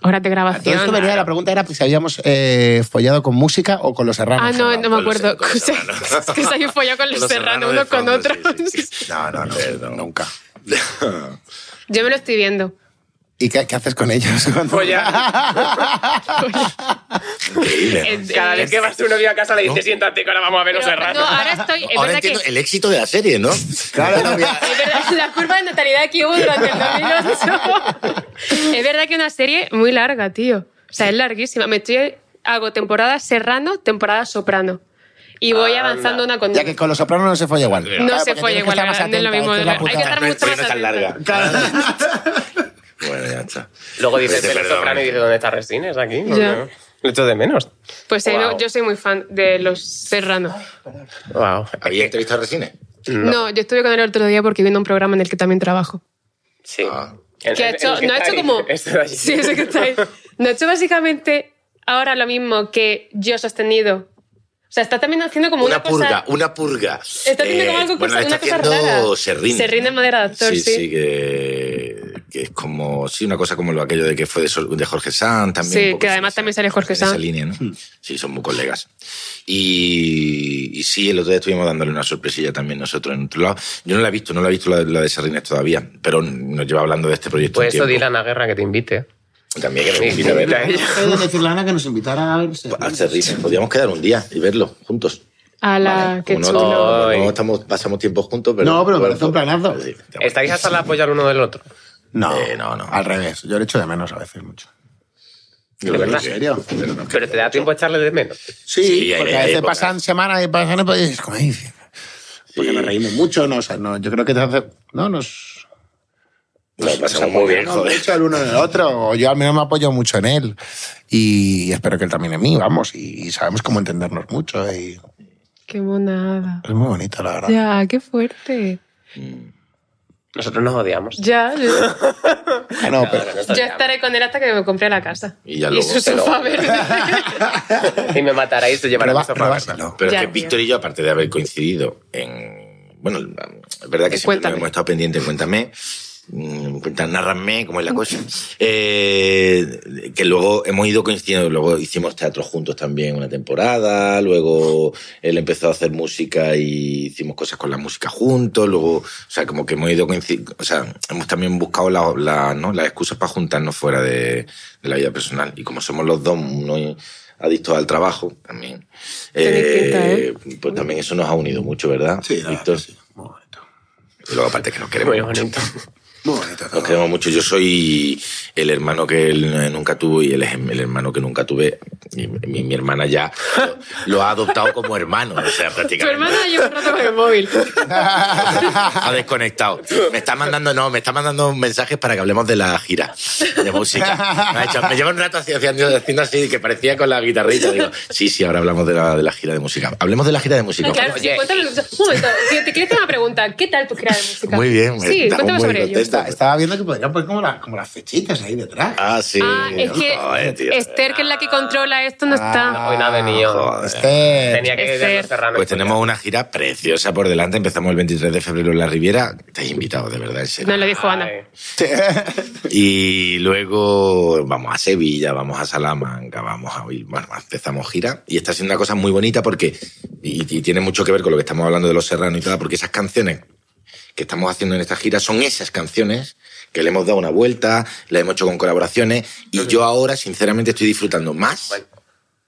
horas de Todo esto grabación. venía de la pregunta era pues, si habíamos eh, follado con música o con los Ah, serranos. no, no me Con los- acuerdo. con (laughs) los O sea, serranos. es que se había follado con los, serranos uno con de otro. fondo, sí, sí, sí. no, no, no, Perdón. nunca. Yo me lo estoy viendo. ¿Y qué, qué haces con ellos? (laughs) cuando- Pues Follar. Increíble, ¿no? Eh, Cada vez que vas tu novio a casa le dices, siéntate que ahora vamos a ver los Pero- serranos. no, ahora estoy. Es Ahora verdad que. entiendo el éxito de la serie, ¿no? Claro, Es verdad, la curva de natalidad que hubo durante el 2008. es verdad que una serie muy larga, tío. O sea, es larguísima. Me estoy, hago temporada serrano, temporada soprano. Y voy Anda. avanzando una con Ya que con los sopranos no se folla igual. No No Ah, se porque fue tienes que igual, estar más no es lo atenta, mismo. que es la Hay que putada. estar mucho Pero más no es tan larga. (laughs) atenta. Bueno, ya está. Luego dices, Perdón. pero soprano y dices, ¿dónde está Resines? Aquí. ¿no? Ya. Lo echo de menos. Pues eh, no, Wow. yo soy muy fan de los serranos. Wow. ¿Había entrevistado a Resine? No. yo estuve con él el otro día porque viendo un programa en el que también trabajo. Sí. Ah. En- que ha en- hecho, en que no ha está hecho ahí, (laughs) como... este de allí. Sí, ese que está ahí. No ha hecho básicamente ahora lo mismo que yo sostenido. O sea, está también haciendo como una, Una purga, cosa... una purga. Está haciendo como algo que- Eh, bueno, le una cosa está haciendo rara. Serrín. Serrín de madera de actor, Sí, sí. sí, que... que es como, sí, una cosa como lo aquello de que fue de, Sol- de Jorge Sanz también. Sí, un poco que en además esa- también sale Jorge en esa Sanz. Hmm. línea, ¿no? Sí, son muy colegas. Y, y sí, el otro día estuvimos dándole una sorpresilla también nosotros en otro lado. Yo no la he visto, no la he visto la, la de Sarrines todavía, pero nos lleva hablando de este (laughs) proyecto. Pues un eso, dile tiempo. a Ana Guerra que te invite. También que Sí, me invita a verla. invita Puedes decirle a Ana que nos invitara a ver. A Pues, eh, Sarrines, podríamos quedar un día y verlo juntos. A la que Como chulo. no- como Ay. no estamos, pasamos tiempo juntos, pero. No, pero me parece un planazo. Sí, está bueno. ¿Estáis hasta la apoya el uno del otro? No, Eh, no, no. Al revés. Yo le echo de menos a veces mucho. Yo creo que ¿Verdad? sí. ¿En serio? Pero no, Pero te da tiempo a echarle de menos. Sí, Sí, hay- porque a hay veces épocas. pasan semanas y pasan épocas y es como dice. Porque nos reímos mucho, no, o sea, no, yo creo que te hace. No, nos. Nos pasamos muy bien, No, de Eh, joder. hecho, el uno en el Otro, o yo al menos me apoyo mucho en él y espero que él también en mí, vamos, y, y sabemos cómo entendernos mucho y Qué monada. es muy bonito, la verdad. Ya, qué fuerte. Nosotros nos odiamos. Ya, yo, Ah, no, pero- Nosotros yo nos estaré con él hasta que me compre la casa. Y ya luego su te sofá verde. odiamos. Y me mataréis de llevar a Prueba- mi sofá. pruébaselo. ¿verdad? Pero Ya, es que tío. Víctor y yo, aparte de haber coincidido en. Bueno, es verdad que siempre Eh, Cuéntame. hemos estado pendientes, en cuéntame. mm, Cuéntame, narrame cómo es la cosa. (laughs) Eh, que luego hemos ido coincidiendo, luego hicimos teatro juntos también una temporada, luego él empezó a hacer música y hicimos cosas con la música juntos, luego, o sea, como que hemos ido coincidiendo, o sea, hemos también buscado la, la, ¿no? las excusas para juntarnos fuera de, de la vida personal. Y como somos los dos, uno adicto al trabajo también. Tenéis pinta, ¿eh? Pues también eso nos ha unido mucho, ¿verdad? Sí, la Víctor. verdad que sí. Muy bonito. Y luego aparte que nos (laughs) queremos Muy mucho. bonito. Muy bonito todo. Nos queremos mucho. Yo soy el hermano que él nunca tuvo y él es el hermano que nunca tuve. Y mi, mi hermana ya lo, lo ha adoptado como hermano. O sea, Tu prácticamente. hermana lleva un rato con el móvil. ha desconectado. Me está mandando, no, me está mandando mensajes para que hablemos de la gira de música. Me, ha hecho- me lleva un rato así, haciendo, haciendo así, que parecía con la guitarrita. Digo, sí, sí, ahora hablamos de la, de la gira de música. Hablemos de la gira de música. Claro, sí, Oye. cuéntame. Un momento, si te quieres hacer una pregunta, ¿qué tal tu gira de música? Muy bien, me Sí, da cuéntame un buen sobre ello. contexto. Está- estaba viendo que podrían poner como, la- como las fechitas ahí detrás. Ah, sí. Ah, es que Joder, tío. Esther, que es la que controla esto, no está. Hoy no ha venido. Este- Tenía que ir de los Esther. serranos. Ah, Pues tenemos una gira preciosa por delante. Empezamos el 23 de febrero en La Riviera. Estáis invitados, de verdad, en serio. Nos lo dijo Ana. Ay. Y luego vamos a Sevilla, vamos a Salamanca, vamos a Bueno, empezamos gira. Y está siendo una cosa muy bonita porque. Y, y tiene mucho que ver con lo que estamos hablando de los serranos y tal, porque esas canciones que estamos haciendo en esta gira son esas canciones que le hemos dado una vuelta, las hemos hecho con colaboraciones. Y yo ahora, sinceramente, estoy disfrutando más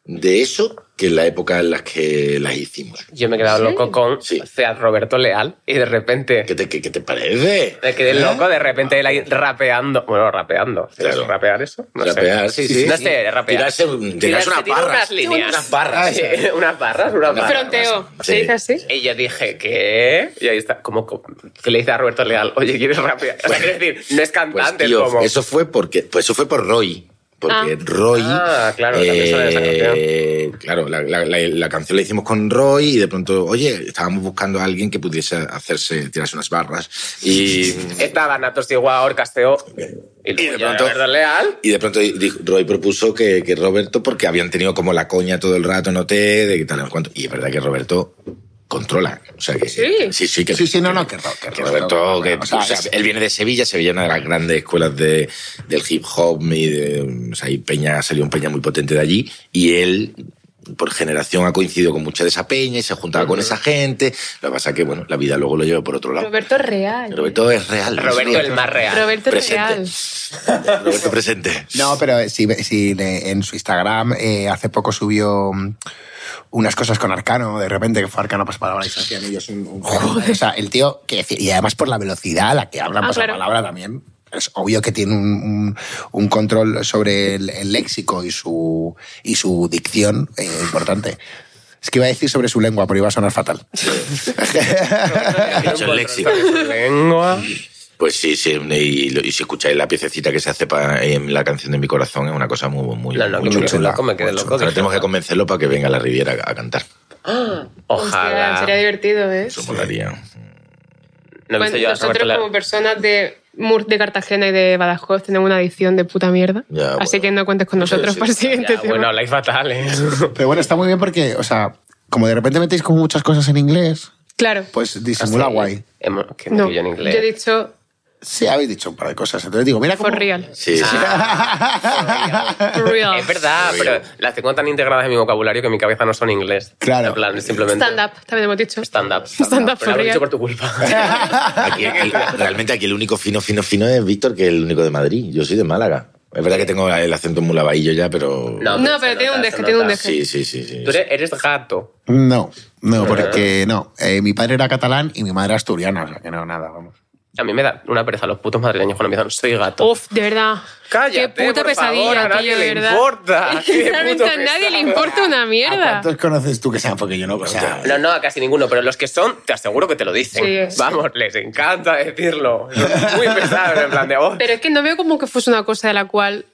de eso que en la época en la que las hicimos. Yo me he quedado loco con Sí. Seat Roberto Leal y de repente ¿Qué ¿Eh? te, qué- qué te parece? me quedé loco, de repente él ahí rapeando. Bueno, rapeando. ¿Es Claro. ¿Rapear eso? No rapear, sé. sí, sí. No sé, rapear. Tirarse, tirarse Pues, unas tirar barras. unas líneas. Unas barras. Sí, (laughs) unas barras, unas barras. Fronteo. Sí. ¿Se dice así? Y yo dije, ¿qué? Y ahí está, como como- que le dice a Roberto Leal, oye, ¿quieres rapear? O sea, quiero decir, no (laughs) es Pues, cantante, es tío, como... eso fue porque, pues eso fue por Roy. Porque Ah. Roy. eh, Ah, claro, también sale esa Claro, la, la- la- la canción la hicimos con Roy y de pronto, oye, estábamos buscando a alguien que pudiese hacerse, tirarse unas barras. Y. Estaba Natos Igual, Casteo y, luego Y de ya pronto- Roberto Leal. Y de pronto dijo- Roy propuso que, que Roberto, porque habían tenido como la coña todo el rato, noté, de que tal, no sé cuánto. Y es verdad que Roberto controla. O sea, que, Sí. sí, sí, que, Sí, sí, no, no, que, que- que Roberto, que, pues, o sea, o sea, es- él viene de Sevilla, Sevilla es una de las grandes escuelas de, del hip hop y de, o sea, y Peña, salió un Peña muy potente de allí y él por generación ha coincidido con mucha de esa peña y se juntaba con esa gente. Lo que pasa es que, bueno, la vida luego lo lleva por otro lado. Roberto Real. Roberto es real. Roberto el más real. Roberto Presente. Real. Roberto presente. No, pero si, si le- en su Instagram eh, hace poco subió mm, unas cosas con Arcano, de repente que fue Arcano pues palabra y se hacían ellos un... un- o sea, el tío, que, y además por la velocidad a la que hablan Ah, pues, la claro. palabra también, es obvio que tiene un, un- un control sobre el, el léxico y su, y su dicción eh, importante. Es que iba a decir sobre su lengua, pero iba a sonar fatal. Tiene un Hecho el control léxico. sobre su Lengua. Pues sí, sí, y, lo- y si escucháis la piececita que se hace pa- en la canción de mi corazón, es una cosa muy, muy, No, no, muy que me quedé chula. loco, me quedé Muy loco, chula. Ahora dije, tenemos que "Ah". convencerlo para que venga a la Riviera a- a cantar. Ojalá. Hostia, sería divertido, ¿eh? Eso molaría. No he visto Bueno, yo a Roberto nosotros Leal. como personas de Mur de Cartagena y de Badajoz tenemos una adicción de puta mierda. Ya, Así bueno. que no cuentes con nosotros sí, para el siguiente Ya, tema. Ah, bueno, habláis fatal, ¿eh? Pero bueno, está muy bien porque, o sea, como de repente metéis como muchas cosas en inglés, claro. pues disimula guay. Hemos- Que no, no. yo en inglés. he dicho Sí, habéis dicho un par de cosas. Entonces digo, mira cómo... (laughs) For real. Sí, sí. Ah. For real. Es verdad, Oye. pero las tengo tan integradas en mi vocabulario que en mi cabeza no son inglés. Claro. En plan, es simplemente. Stand up, también hemos dicho. Stand up. Stand up, Pero for lo he real. dicho por tu culpa. (laughs) Aquí, aquí- realmente aquí el único fino, fino, fino es Víctor, que es el único de Madrid. Yo soy de Málaga. Es verdad que tengo el acento muy lavadillo ya, pero... No, No, pero se tiene un nota, deje, se tiene un nota. deje. Sí, sí, sí. sí. Tú eres, eres gato. No, no, porque no. Eh, mi padre era catalán y mi madre asturiana, o sea que no, nada, vamos. A mí me da una pereza los putos madrileños cuando me dicen soy gato. Uf, de verdad. Cállate, Qué puta por pesadilla, favor, a nadie tío, de le verdad. importa. (laughs) Es que Qué realmente puto a nadie le pesado. importa una mierda. ¿Cuántos conoces tú que sean? Porque yo no, o sea, No, no, a casi ninguno, pero los que son, te aseguro que te lo dicen. Sí, es- Vamos, les encanta decirlo. Son Muy pesados, en plan de "Oh". voz. Pero es que no veo como que fuese una cosa de la cual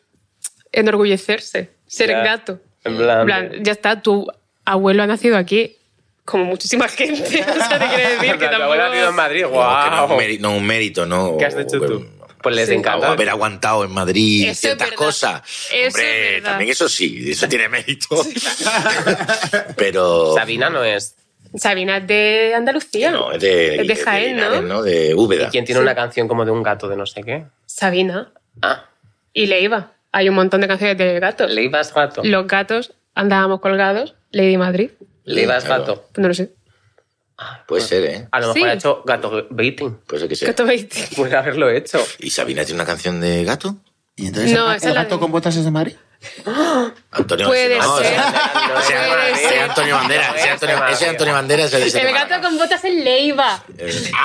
enorgullecerse, ser Ya. gato. En plan, En plan, ya está, tu abuelo ha nacido aquí, como muchísima (laughs) gente. O sea, te quiere (laughs) decir en plan, tu que tampoco... abuela ha vivido en Madrid, No, que no, es un guau. mérito, no, un mérito, ¿no? ¿Qué has hecho O- tú? Pues les Sí. O encanta. haber aguantado en Madrid Eso es ciertas verdad. cosas. Eso Hombre, es verdad. también eso sí, eso tiene mérito. (laughs) Pero... Sabina no es. Sabina es de Andalucía. No, es de, Es de Jaén, ¿no? Linares, De Úbeda. ¿Quién tiene una canción como de un gato de no sé qué? Sabina. Ah, Y le iba. Hay un montón de canciones de gatos. le ibas gato. Los gatos andábamos colgados. Lady Madrid. pues Le ibas Claro. gato. No lo sé. Ah. Puede ser, ¿eh? A lo mejor Sí. ha hecho gato baiting. Puede ser que sea. Gato Beatty. Puede haberlo hecho. ¿Y Sabina tiene una canción de gato? ¿Y entonces No, el- esa el es la gato de- con botas es de Madrid? Antonio Puede no, ser. ese- No es ese- Puede ese ser. Antonio Banderas. Ese Antonio, ese Antonio Banderas es El gato con botas es Leiva.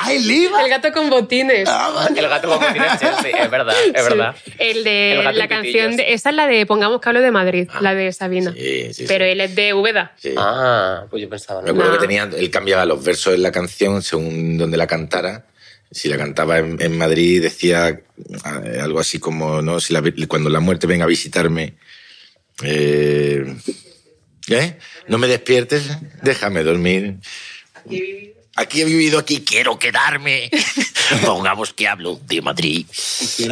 ¡Ay, Liva! El gato con botines. El gato como tiene Chelsea, es verdad, es Sí. verdad. El de El gato la en canción. pitillos. De, esa es la de Pongamos que hablo de Madrid, Ah, la de Sabina. Sí, sí, Pero sí. él es de Úbeda. Sí. Ah, pues yo pensaba, Me no. acuerdo No. que tenía, él cambiaba los versos en la canción según donde la cantara. Si la cantaba en, en Madrid decía eh, algo así como, ¿no? Si la vi- cuando la muerte venga a visitarme, eh, ¿eh? No me despiertes, déjame dormir. Aquí he vivido, aquí quiero quedarme. Pongamos que hablo de Madrid.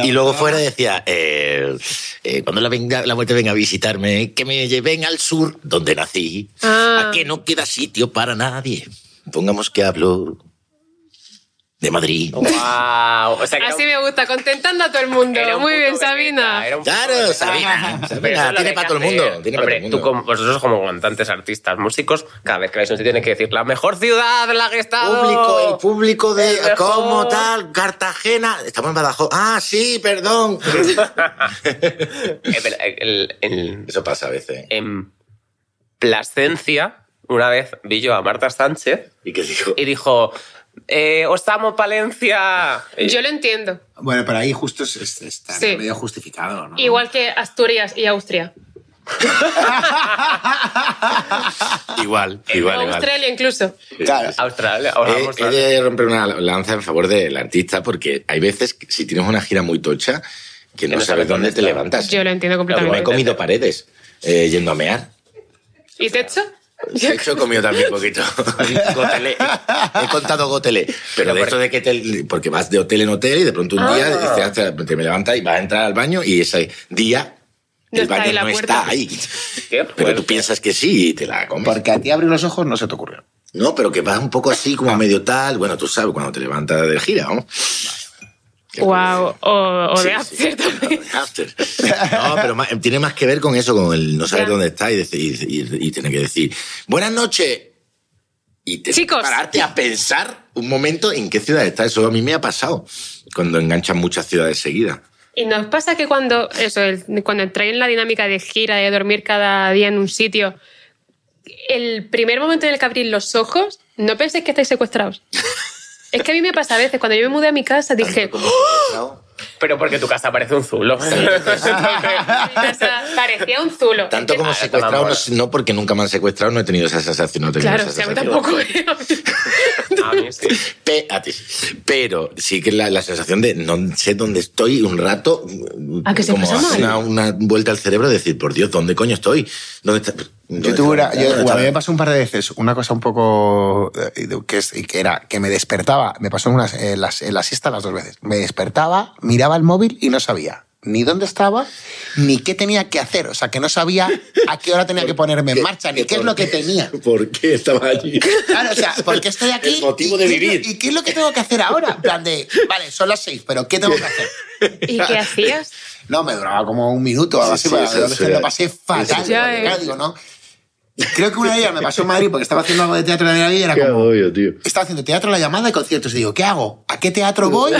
Y luego fuera decía, eh, eh, cuando la, venga- la muerte venga a visitarme, que me lleven al sur donde nací. Ah. A que no queda sitio para nadie. Pongamos que hablo de Madrid. Wow. O sea, que era Así un- me gusta, contentando a todo el mundo. era un Muy puto bien, bebé, Sabina. era un puto Claro, bebé. Sabina. Pero Sabina, eso es lo tiene que hay para todo el que mundo, hacer. tiene para Hombre, todo el mundo. tú como- vosotros como cantantes, artistas, músicos, cada vez que vais a un sitio tenéis que decir la mejor ciudad en la que he estado. Público, el público de. El mejor. ¿Cómo tal? Cartagena. Estamos en Badajoz. Ah, sí, perdón. Eh, pero el- el- Eso pasa a veces. en Plasencia, una vez vi yo a Marta Sánchez ¿Y qué digo? y dijo, eh, os amo Palencia. Y- Yo lo entiendo. Bueno, pero ahí justo es- es- está Sí. medio justificado, ¿no? Igual que Asturias y Austria. (laughs) Igual, o igual, igual. Australia incluso. Claro. Australia, ahora He- vamos He, a- de romper una lanza en favor del artista porque hay veces que si tienes una gira muy tocha que no, no sabes dónde te está. levantas. Yo lo entiendo Yo he completamente. comido paredes eh, yendo (laughs) a mear. ¿Y techo? De hecho, he comido también poquito. (laughs) Gotelé. He contado gotelé. Pero de esto de que te- Porque vas de hotel en hotel y de pronto un Ah. día dices, "Hasta- te me levantas y vas a entrar al baño y ese día No el está ahí baño la no puerta. está ahí. Qué Pero fuerte. tú piensas que sí y te la comes. Porque a ti abrir los ojos no se te ocurrió. No, pero que vas un poco así, como medio tal. Bueno, tú sabes, cuando te levantas de gira, ¿no? Qué Wow. O, o Sí, de sí, Austria claro, de after. No, pero más- tiene más que ver con eso, con el no saber Ya. dónde está y, dec- y- y- y tener que decir, buenas noches. Y te Chicos. pararte a pensar un momento en qué ciudad está. Eso a mí me ha pasado cuando enganchan muchas ciudades seguidas. Y nos pasa que cuando, eso, el- cuando entráis en la dinámica de gira, de dormir cada día en un sitio, el primer momento en el que abrís los ojos, no penséis que estáis secuestrados. es que a mí me pasa a veces, cuando yo me mudé a mi casa, dije, Como secuestrado. Pero porque tu casa parece un (laughs) zulo. "Oh, mi casa parecía un zulo. Tanto como Ah, toma secuestrado, no, mola. sé- no porque nunca me han secuestrado, no he tenido esa sensación. No he tenido Claro, si esa a mí sensación. tampoco. eh. A mí sí. Pe- a ti sí. Pero sí que la, la sensación de no sé dónde estoy un rato, ¿A Ah, que se como pasa hace una, mal? una vuelta al cerebro, decir, por Dios, ¿dónde coño estoy? ¿Dónde está? Yo tuve una- yo- a mí me pasó un par de veces una cosa un poco eh, que, es- que era que me despertaba, me pasó en, unas- en las- en la siesta las dos veces. Me despertaba, miraba el móvil y no sabía. ni dónde estaba, ni qué tenía que hacer. O sea, que no sabía a qué hora tenía que ponerme en marcha, ni qué es lo que tenía. (laughs) ¿Por qué (laughs) estaba allí? Claro, o sea, ¿por qué estoy aquí? El motivo ¿Y de qué es lo- vivir. ¿Y qué es lo que tengo que hacer ahora? En plan de, vale, son las seis, pero ¿qué tengo que hacer? (laughs) ¿Y qué hacías? No, me duraba como un minuto, Sí, así, sí, para eso adolescente, sí. lo pasé fatal. sí, ya, ya eh. digo, ¿no? Y Creo que una de ellas me pasó en Madrid porque estaba haciendo algo de teatro de la vida y era Qué como, odio, tío. estaba haciendo teatro la llamada y conciertos. Y digo, ¿qué hago? ¿A qué teatro voy?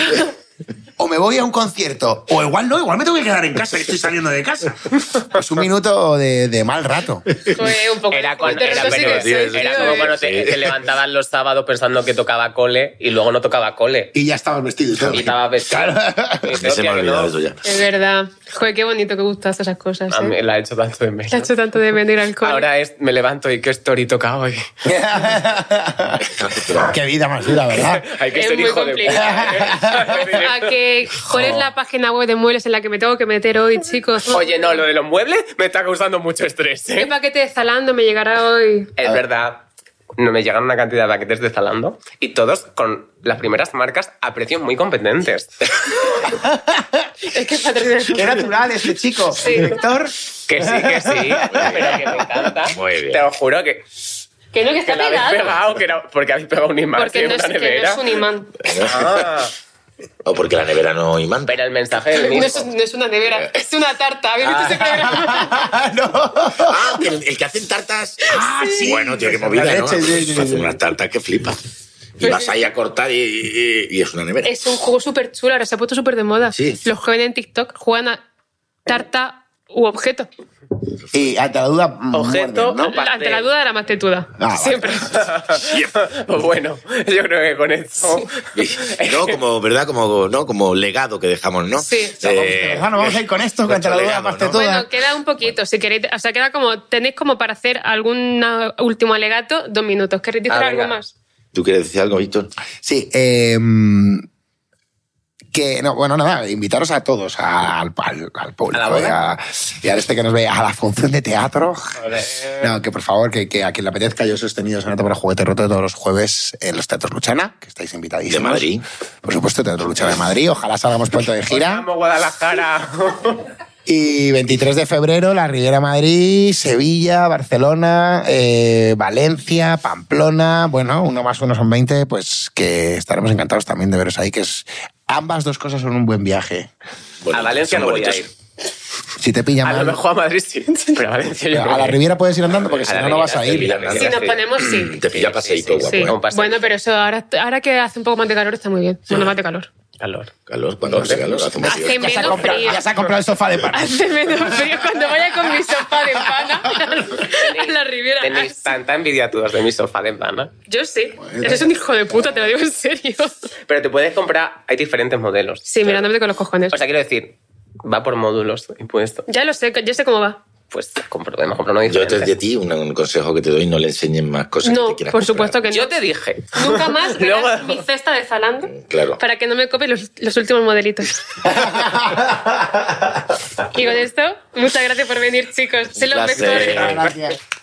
O me voy a un concierto. O igual no, igual me tengo que quedar en casa y estoy saliendo de casa. Pues un minuto de, de mal rato. Fue un poco. Era, cuando, Pero era, eso sí pero, que tío, soy era yo, como ¿eh? cuando te, te levantabas los sábados pensando que tocaba cole y luego no tocaba cole. Y ya estabas vestido. y todo. Y estaba pescado. Y dices, Se me "Hostia, ha que olvidado no". eso ya. Es verdad. Joder, qué bonito que gustas esas cosas. A mí ¿eh? la he hecho tanto de menos. Te ha hecho tanto de vender alcohol. Ahora es, me levanto y qué story toca hoy. Qué vida más dura, ¿verdad? Hay que Es ser muy ¿eh? hijo de puta. ¿A que, ¿Cuál es la página web de muebles en la que me tengo que meter hoy, chicos? Oye, no, lo de los muebles me está causando mucho estrés, ¿Qué ¿eh? Ah. paquete de Zalando me llegará hoy? Es verdad. No, me llegaron una cantidad de paquetes de Zalando y todos con las primeras marcas a precios muy (laughs) competentes. Es que patrocinar- Qué natural este chico. Sí. Héctor. que sí, que sí, pero que me encanta. Muy bien. Te lo juro que, Que no, que está que la habéis pegado. pegado, que era- porque habéis pegado un imán Porque en no es, una que no nevera. es un imán. Ah, O porque la nevera no imanta. pero el mensaje es el No mismo. es, no es una nevera, es una tarta. ¿Habéis visto ese programa? Ah, el, el que hacen tartas. Ah, sí. Bueno, tío, qué movida, ¿no? leche, sí, sí, sí. Hacen unas tartas que flipas. Y Pues vas sí. ahí a cortar y, y- y es una nevera. Es un juego súper chulo, ahora se ha puesto súper de moda. Sí. Los jóvenes en TikTok juegan a tarta u objeto. Y ante la duda. mm, Objeto, muerden, Pastel. Ante la duda de la más tetuda. vale. Siempre. Pues bueno, yo creo que con esto. (laughs) No, como, ¿verdad? Como, ¿no? como legado que dejamos, ¿no? Sí. Eh, ¿no? Bueno, vamos a ir con esto, que ante la duda, legado, aparte ¿no? todo. Bueno, queda un poquito, si queréis. O sea, queda como. Tenéis como para hacer algún último alegato, dos minutos. ¿Queréis decir Ah, algo venga. más? ¿Tú quieres decir algo, Víctor? Sí, eh, mm, que no, bueno, nada, invitaros a todos, a- al, al- al público ¿A la boda? y a- y al este que nos ve, a la función de teatro. No, que por favor, que, que a quien le apetezca, yo he sostenido Sonata para Juguete Roto todos los jueves en los Teatros Luchana, que estáis invitadísimos. De Madrid. Por supuesto, Teatro Luchana de Madrid, ojalá salgamos pronto de gira. Vamos, Guadalajara. Y 23 de febrero, la Riviera Madrid, Sevilla, Barcelona, eh, Valencia, Pamplona. Bueno, uno más uno son 20, pues que estaremos encantados también de veros ahí, que es. Ambas dos cosas son un buen viaje. A Valencia son no voy a bonitos. ir. Si te pilla A lo mal. mejor a Madrid sí, pero a Valencia yo A la Riviera puedes ir andando porque si no, no vas a ir. Si nos ponemos, sí. Mm, Te pilla Sí, paseíto, sí, sí, guapo. Sí. ¿eh? un paseo. Bueno, pero eso ahora, ahora que hace un poco más de calor está muy bien. Bueno, más (laughs) de calor. Calor. Calor, cuando hace calor, hace un Hace frío. Ya se, ha menos comprado, frío. ya se ha comprado el sofá de (laughs) pan. Hace menos frío cuando vaya con mi sopa de pana a (laughs) la Riviera. Ah, Tenéis tanta envidia todos de mi sofá de plana. Yo sí. Eres un hijo de puta, te lo digo en serio. Pero te puedes comprar, hay diferentes modelos. Sí, mirándome con los cojones. O sea, quiero decir, va por módulos impuesto. Ya lo sé, yo sé cómo va. Pues compro, podemos comprar uno Yo te diferente. di a ti un, un consejo que te doy, no le enseñes más cosas que No, te quieras por comprar. supuesto que no. Yo te dije. (laughs) Nunca más verás Luego- mi cesta de Zalando Claro. para que no me copie los, los últimos (laughs) modelitos. y con esto, muchas gracias por venir, chicos. Soy los placer. vectores. Gracias.